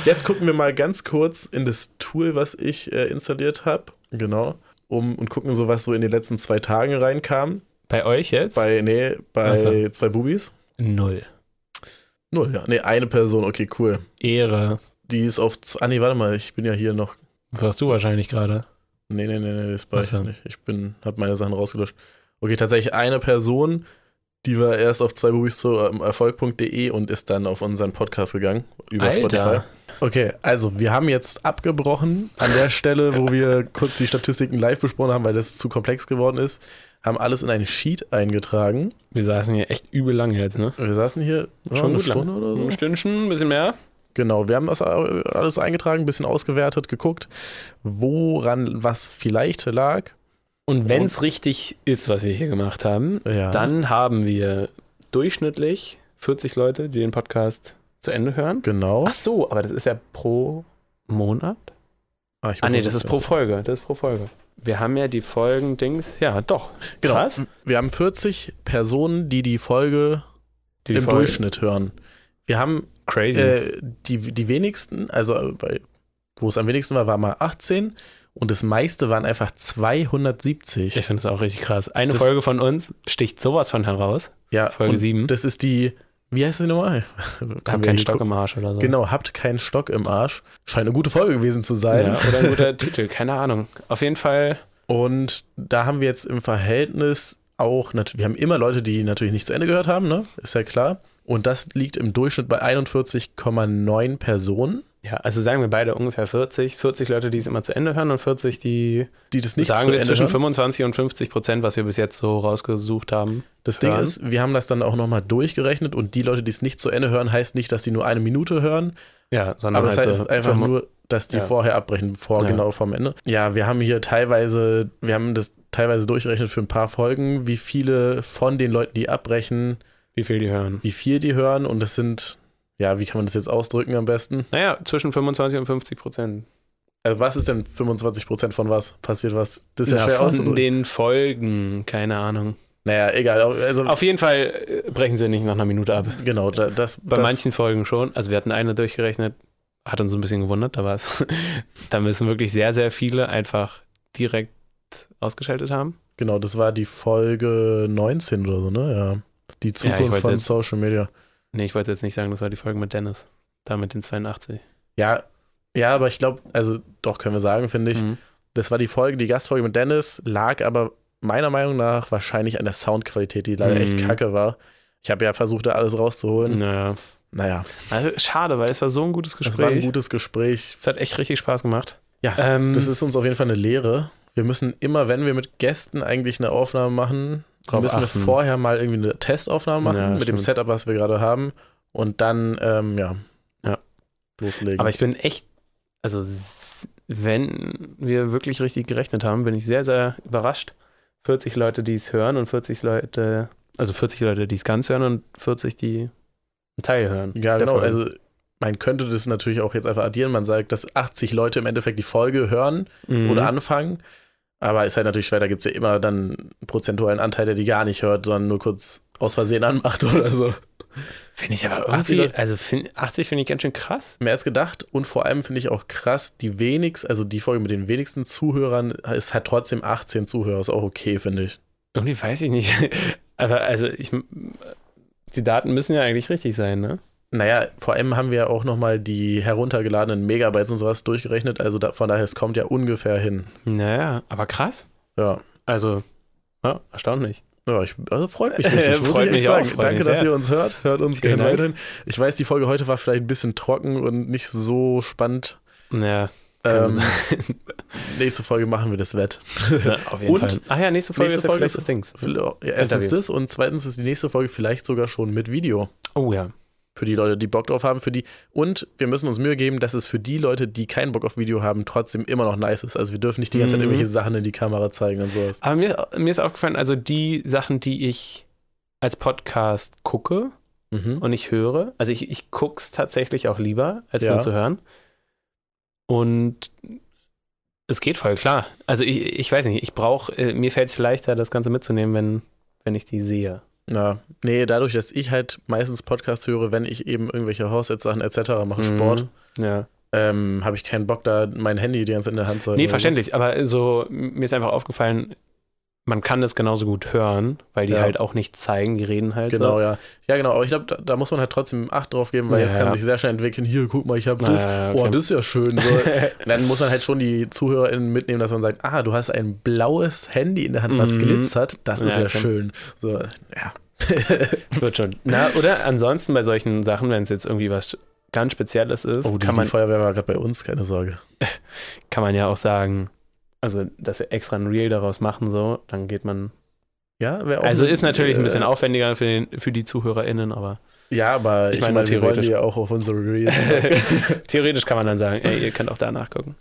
S1: Jetzt gucken wir mal ganz kurz in das Tool, was ich äh, installiert habe. Genau. Um, und gucken so, was so in den letzten zwei Tagen reinkam.
S2: Bei euch jetzt?
S1: Bei, nee, bei
S2: Ach so.
S1: zwei Bubis.
S2: Null.
S1: Null, ja. Nee, eine Person, okay, cool.
S2: Ehre.
S1: Die ist auf. z- Ah, nee, warte mal, ich bin ja hier noch.
S2: Das warst du wahrscheinlich gerade.
S1: Nee, nee, nee, nee, das war ich
S2: Ach so.
S1: nicht. Ich bin, hab meine Sachen rausgelöscht. Okay, tatsächlich eine Person, die war erst auf zwei Bubis zu ähm, erfolg.de und ist dann auf unseren Podcast gegangen. Über Spotify. Okay, also wir haben jetzt abgebrochen an der Stelle, wo wir kurz die Statistiken live besprochen haben, weil das zu komplex geworden ist. Haben alles in einen Sheet eingetragen.
S2: Wir saßen hier echt übel lange jetzt, ne?
S1: Wir saßen hier schon eine
S2: gut lang.
S1: Stunde oder so.
S2: Ein Stündchen, ein bisschen mehr.
S1: Genau, wir haben das alles eingetragen, ein bisschen ausgewertet, geguckt, woran was vielleicht lag.
S2: Und wenn es richtig ist, was wir hier gemacht haben,
S1: Ja.
S2: dann haben wir durchschnittlich 40 Leute, die den Podcast zu Ende hören.
S1: Genau.
S2: Ach so, aber das ist ja pro Monat?
S1: Ah, ich
S2: Ah
S1: muss
S2: nee,
S1: mal
S2: das ist
S1: kurz-
S2: pro Folge. Das ist pro Folge. Wir haben ja die Folgen-Dings. Ja, doch.
S1: Genau.
S2: Krass.
S1: Wir haben 40 Personen, die die Folge
S2: Die
S1: im
S2: Folge-
S1: Durchschnitt hören. Wir haben
S2: Crazy.
S1: Äh, die, die wenigsten, also äh, bei, wo es am wenigsten war, war mal 18 und das meiste waren einfach 270.
S2: ich finde es auch richtig krass. Eine
S1: Das-
S2: Folge von uns sticht sowas von heraus.
S1: ja,
S2: Folge
S1: und
S2: sieben.
S1: Das ist die, wie heißt die nochmal? Kommen
S2: Hab
S1: wir
S2: keinen
S1: nicht
S2: Stock
S1: gucken.
S2: im Arsch oder so.
S1: Genau, habt keinen Stock im Arsch. Scheint eine gute Folge gewesen zu sein.
S2: Ja, oder ein guter Titel, keine Ahnung. Auf jeden Fall,
S1: Und da haben wir jetzt im Verhältnis auch, nat- wir haben immer Leute, die natürlich nicht zu Ende gehört haben, ne? Ist ja klar. Und das liegt im Durchschnitt bei 41,9 Personen,
S2: ja, also sagen wir beide ungefähr 40. 40 Leute, die es immer zu Ende hören und 40, die
S1: die das nicht
S2: sagen
S1: zu
S2: wir
S1: Ende
S2: zwischen
S1: hören.
S2: 25 und 50 Prozent, was wir bis jetzt so rausgesucht haben.
S1: Das Ding
S2: hören.
S1: ist, wir haben das dann auch nochmal durchgerechnet und die Leute, die es nicht zu Ende hören, heißt nicht, dass sie nur eine Minute hören,
S2: Ja, sondern
S1: aber es
S2: halt
S1: heißt
S2: so
S1: einfach
S2: fünf-
S1: nur, dass die
S2: Ja.
S1: vorher abbrechen, vor
S2: Ja.
S1: genau vorm Ende. Ja, wir haben hier teilweise, wir haben das teilweise durchgerechnet für ein paar Folgen, wie viele von den Leuten, die abbrechen,
S2: wie viel die hören.
S1: wie viel die hören und das sind, ja, wie kann man das jetzt ausdrücken am besten?
S2: Naja, zwischen 25 und 50 Prozent.
S1: Also was ist denn 25% von was? Passiert was? Das ist ja,
S2: Na,
S1: schwer
S2: von
S1: auszudrücken.
S2: den Folgen, keine Ahnung.
S1: Naja, egal. Also,
S2: Auf jeden Fall äh, brechen sie nicht nach einer Minute ab.
S1: genau, da- das,
S2: Bei
S1: das
S2: manchen Folgen schon. Also wir hatten eine durchgerechnet, hat uns ein bisschen gewundert, aber es- da müssen wirklich sehr, sehr viele einfach direkt ausgeschaltet haben.
S1: Genau, das war die Folge 19 oder so, ne? Ja. Die
S2: ich
S1: Zukunft
S2: wollte
S1: von
S2: jetzt-
S1: Social Media.
S2: Nee, ich wollte jetzt nicht sagen, das war die Folge mit Dennis. Da mit den 82.
S1: Ja, ja, aber ich glaube, also doch können wir sagen, finde ich.
S2: Mhm.
S1: Das war die Folge, die Gastfolge mit Dennis, lag aber meiner Meinung nach wahrscheinlich an der Soundqualität, die leider echt
S2: Mhm.
S1: kacke war. Ich habe ja versucht, da alles rauszuholen.
S2: Naja.
S1: Naja,
S2: Also, schade, weil es war so ein gutes
S1: das war ein
S2: Gespräch.
S1: gutes Gespräch.
S2: es hat echt richtig Spaß gemacht.
S1: Ja,
S2: ähm,
S1: Das ist uns auf jeden Fall eine Lehre. Wir müssen immer, wenn wir mit Gästen eigentlich eine Aufnahme machen,
S2: Drauf
S1: müssen
S2: achten.
S1: wir vorher mal irgendwie eine Testaufnahme machen
S2: Ja,
S1: mit dem
S2: stimmt.
S1: Setup, was wir gerade haben. Und dann, ähm, ja,
S2: Ja.
S1: loslegen.
S2: aber ich bin echt, also s- wenn wir wirklich richtig gerechnet haben, bin ich sehr, sehr überrascht. 40 Leute, die es hören und 40 Leute, also 40 Leute, die es ganz hören und 40, die einen Teil hören.
S1: ja,
S2: der
S1: genau.
S2: Folge.
S1: Also, man könnte das natürlich auch jetzt einfach addieren. Man sagt, dass 80 Leute im Endeffekt die Folge hören
S2: Mhm.
S1: oder anfangen. Aber ist halt natürlich schwer. Da gibt es ja immer dann einen prozentualen Anteil, der die gar nicht hört, sondern nur kurz aus Versehen anmacht oder so.
S2: Finde ich aber
S1: 80
S2: irgendwie,
S1: Leute-
S2: also find, 80 finde ich ganz schön krass.
S1: mehr als gedacht und vor allem finde ich auch krass, die wenigsten, also die Folge mit den wenigsten Zuhörern, es hat trotzdem 18 Zuhörer, ist auch okay, finde ich.
S2: Irgendwie weiß ich nicht. aber also ich, die Daten müssen ja eigentlich richtig sein, ne?
S1: Naja, vor allem haben wir ja auch nochmal die heruntergeladenen Megabytes und sowas durchgerechnet, also da, von daher, es kommt ja ungefähr hin.
S2: Naja, aber krass.
S1: Ja,
S2: Also, ja, erstaunlich.
S1: ja ich, also freut mich richtig, muss
S2: Freut
S1: ich echt
S2: mich auch,
S1: sagen.
S2: freut
S1: Danke,
S2: mich
S1: dass
S2: sehr.
S1: ihr uns hört, hört uns
S2: Vielen
S1: gerne
S2: Dank.
S1: weiterhin. Ich weiß, die Folge heute war vielleicht ein bisschen trocken und nicht so spannend.
S2: Naja,
S1: Ähm,
S2: Kann
S1: nächste Folge machen wir das Wett.
S2: na, auf jeden
S1: Und-
S2: Fall. Ach ja, nächste Folge
S1: Nächste
S2: ist ja
S1: Folge
S2: vielleicht
S1: ist-
S2: das Dings.
S1: Ja, erstens
S2: Interview.
S1: das und zweitens ist die nächste Folge vielleicht sogar schon mit Video.
S2: Oh ja.
S1: Für die Leute, die Bock drauf haben, für die. Und wir müssen uns Mühe geben, dass es für die Leute, die keinen Bock auf Video haben, trotzdem immer noch nice ist. Also wir dürfen nicht die ganze Zeit
S2: Mhm.
S1: irgendwelche Sachen in die Kamera zeigen und sowas.
S2: Aber mir, mir ist aufgefallen, also die Sachen, die ich als Podcast gucke
S1: Mhm.
S2: und ich höre, also ich, ich gucke es tatsächlich auch lieber, als
S1: Ja.
S2: nur zu hören. Und es geht voll klar. Also ich, ich weiß nicht, ich brauche, äh, mir fällt es leichter, das Ganze mitzunehmen, wenn, wenn ich die sehe.
S1: Na, nee, dadurch, dass ich halt meistens Podcasts höre, wenn ich eben irgendwelche Haushaltssachen etc. mache, Sport,
S2: Mhm. Ja.
S1: ähm, habe ich keinen Bock, da mein Handy die ganze Zeit in der Hand zu haben.
S2: Nee, verständlich, aber so, mir ist einfach aufgefallen, man kann das genauso gut hören, weil die
S1: Ja.
S2: halt auch nicht zeigen, die reden halt.
S1: Genau,
S2: so.
S1: ja. Ja, genau. Aber ich glaube, da, da muss man halt trotzdem Acht drauf geben, weil
S2: Ja,
S1: es kann
S2: ja.
S1: sich sehr schnell entwickeln. Hier, guck mal, ich habe
S2: Na,
S1: das.
S2: ja,
S1: Oh,
S2: okay.
S1: das ist ja schön. So. Und dann muss man halt schon die ZuhörerInnen mitnehmen, dass man sagt, ah, du hast ein blaues Handy in der Hand, was
S2: Mhm.
S1: glitzert. Das ist
S2: Ja, Oh,
S1: ja
S2: okay.
S1: schön. So, ja.
S2: Wird schon. Na, oder ansonsten bei solchen Sachen, wenn es jetzt irgendwie was ganz Spezielles ist,
S1: Oh, die,
S2: kann, man,
S1: die Feuerwehr war gerade bei uns, keine Sorge.
S2: kann man ja auch sagen, also, dass wir extra ein Reel daraus machen, so, dann geht man.
S1: Ja, wäre auch
S2: Also
S1: ein-
S2: ist natürlich ein bisschen
S1: Um äh,
S2: aufwendiger für, den, für die ZuhörerInnen, aber
S1: Ja, aber
S2: Ich
S1: ich,
S2: meine,
S1: meine, wir wollen
S2: theoretisch.
S1: die ja auch auf unsere Reels.
S2: theoretisch kann man dann sagen, ey, ihr könnt auch da nachgucken.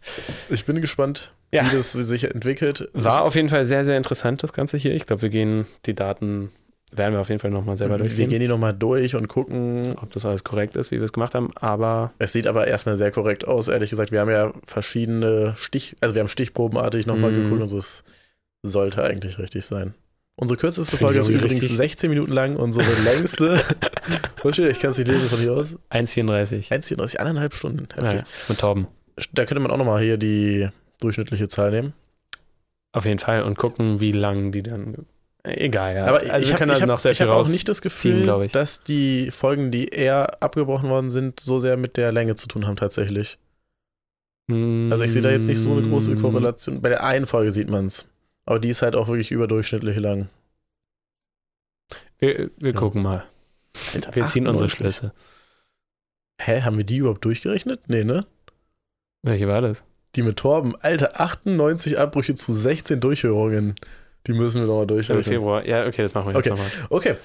S1: ich bin gespannt,
S2: Ja.
S1: wie das sich entwickelt.
S2: War auf jeden Fall sehr, sehr interessant, das Ganze hier. Ich glaube, wir gehen die Daten, werden wir auf jeden Fall nochmal selber
S1: wir
S2: durchgehen,
S1: gehen die nochmal durch und gucken,
S2: ob das alles korrekt ist, wie wir es gemacht haben. Aber
S1: Es sieht aber erstmal sehr korrekt aus, ehrlich gesagt. Wir haben ja verschiedene Stich, also wir haben stichprobenartig nochmal
S2: Mhm.
S1: geguckt und so, es sollte eigentlich richtig sein. Unsere kürzeste
S2: Finde ich
S1: Folge ist
S2: irgendwie
S1: übrigens
S2: richtig.
S1: 16 Minuten lang, unsere längste. Was steht da? ich kann es nicht lesen von hier aus.
S2: 1,34.
S1: 1,34, eineinhalb Stunden. Heftig.
S2: Ja, mit Tauben.
S1: Da könnte man auch nochmal hier die durchschnittliche Zahl nehmen.
S2: Auf jeden Fall. Und gucken, wie lang die dann. Egal, ja.
S1: Aber
S2: also
S1: ich
S2: wir
S1: habe
S2: können da
S1: hab,
S2: noch sehr
S1: ich
S2: viel
S1: hab auch
S2: raus.
S1: nicht das
S2: glaub
S1: Gefühl,
S2: ich.
S1: dass die Folgen, die eher abgebrochen worden sind, so sehr mit der Länge zu tun haben tatsächlich.
S2: Hm.
S1: Also ich sehe da jetzt nicht so eine
S2: Mm.
S1: große Korrelation. Bei der einen Folge sieht man es. Aber die ist halt auch wirklich überdurchschnittlich lang.
S2: Wir, wir
S1: Ja.
S2: gucken mal. Wir ziehen unsere Schlüsse.
S1: Hä, haben wir die überhaupt durchgerechnet? Nee, ne?
S2: Welche war das?
S1: Die mit Torben. Alter, 98 Abbrüche zu 16 Durchhörungen. Die müssen wir doch mal
S2: Im
S1: durchrechnen.
S2: Februar. Ja, okay, das machen wir
S1: Okay.
S2: jetzt nochmal.
S1: Okay,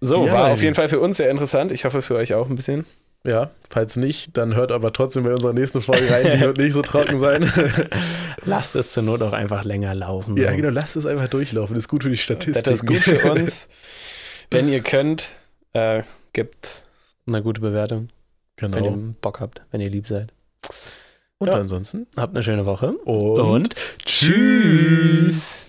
S2: So,
S1: Ja,
S2: war
S1: mein
S2: auf jeden Fall für uns sehr interessant. Ich hoffe, für euch auch ein bisschen.
S1: ja, falls nicht, dann hört aber trotzdem bei unserer nächsten Folge rein. Die wird nicht so trocken sein.
S2: Lasst es zur Not auch einfach länger laufen.
S1: ja,
S2: so.
S1: genau, lasst es einfach durchlaufen. Ist gut für die Statistik.
S2: Das ist gut für uns. Wenn ihr könnt, äh, gebt eine gute Bewertung,
S1: Genau.
S2: wenn ihr Bock habt, wenn ihr lieb seid.
S1: Und
S2: Ja.
S1: ansonsten?
S2: Habt eine schöne Woche
S1: Und?
S2: und tschüss.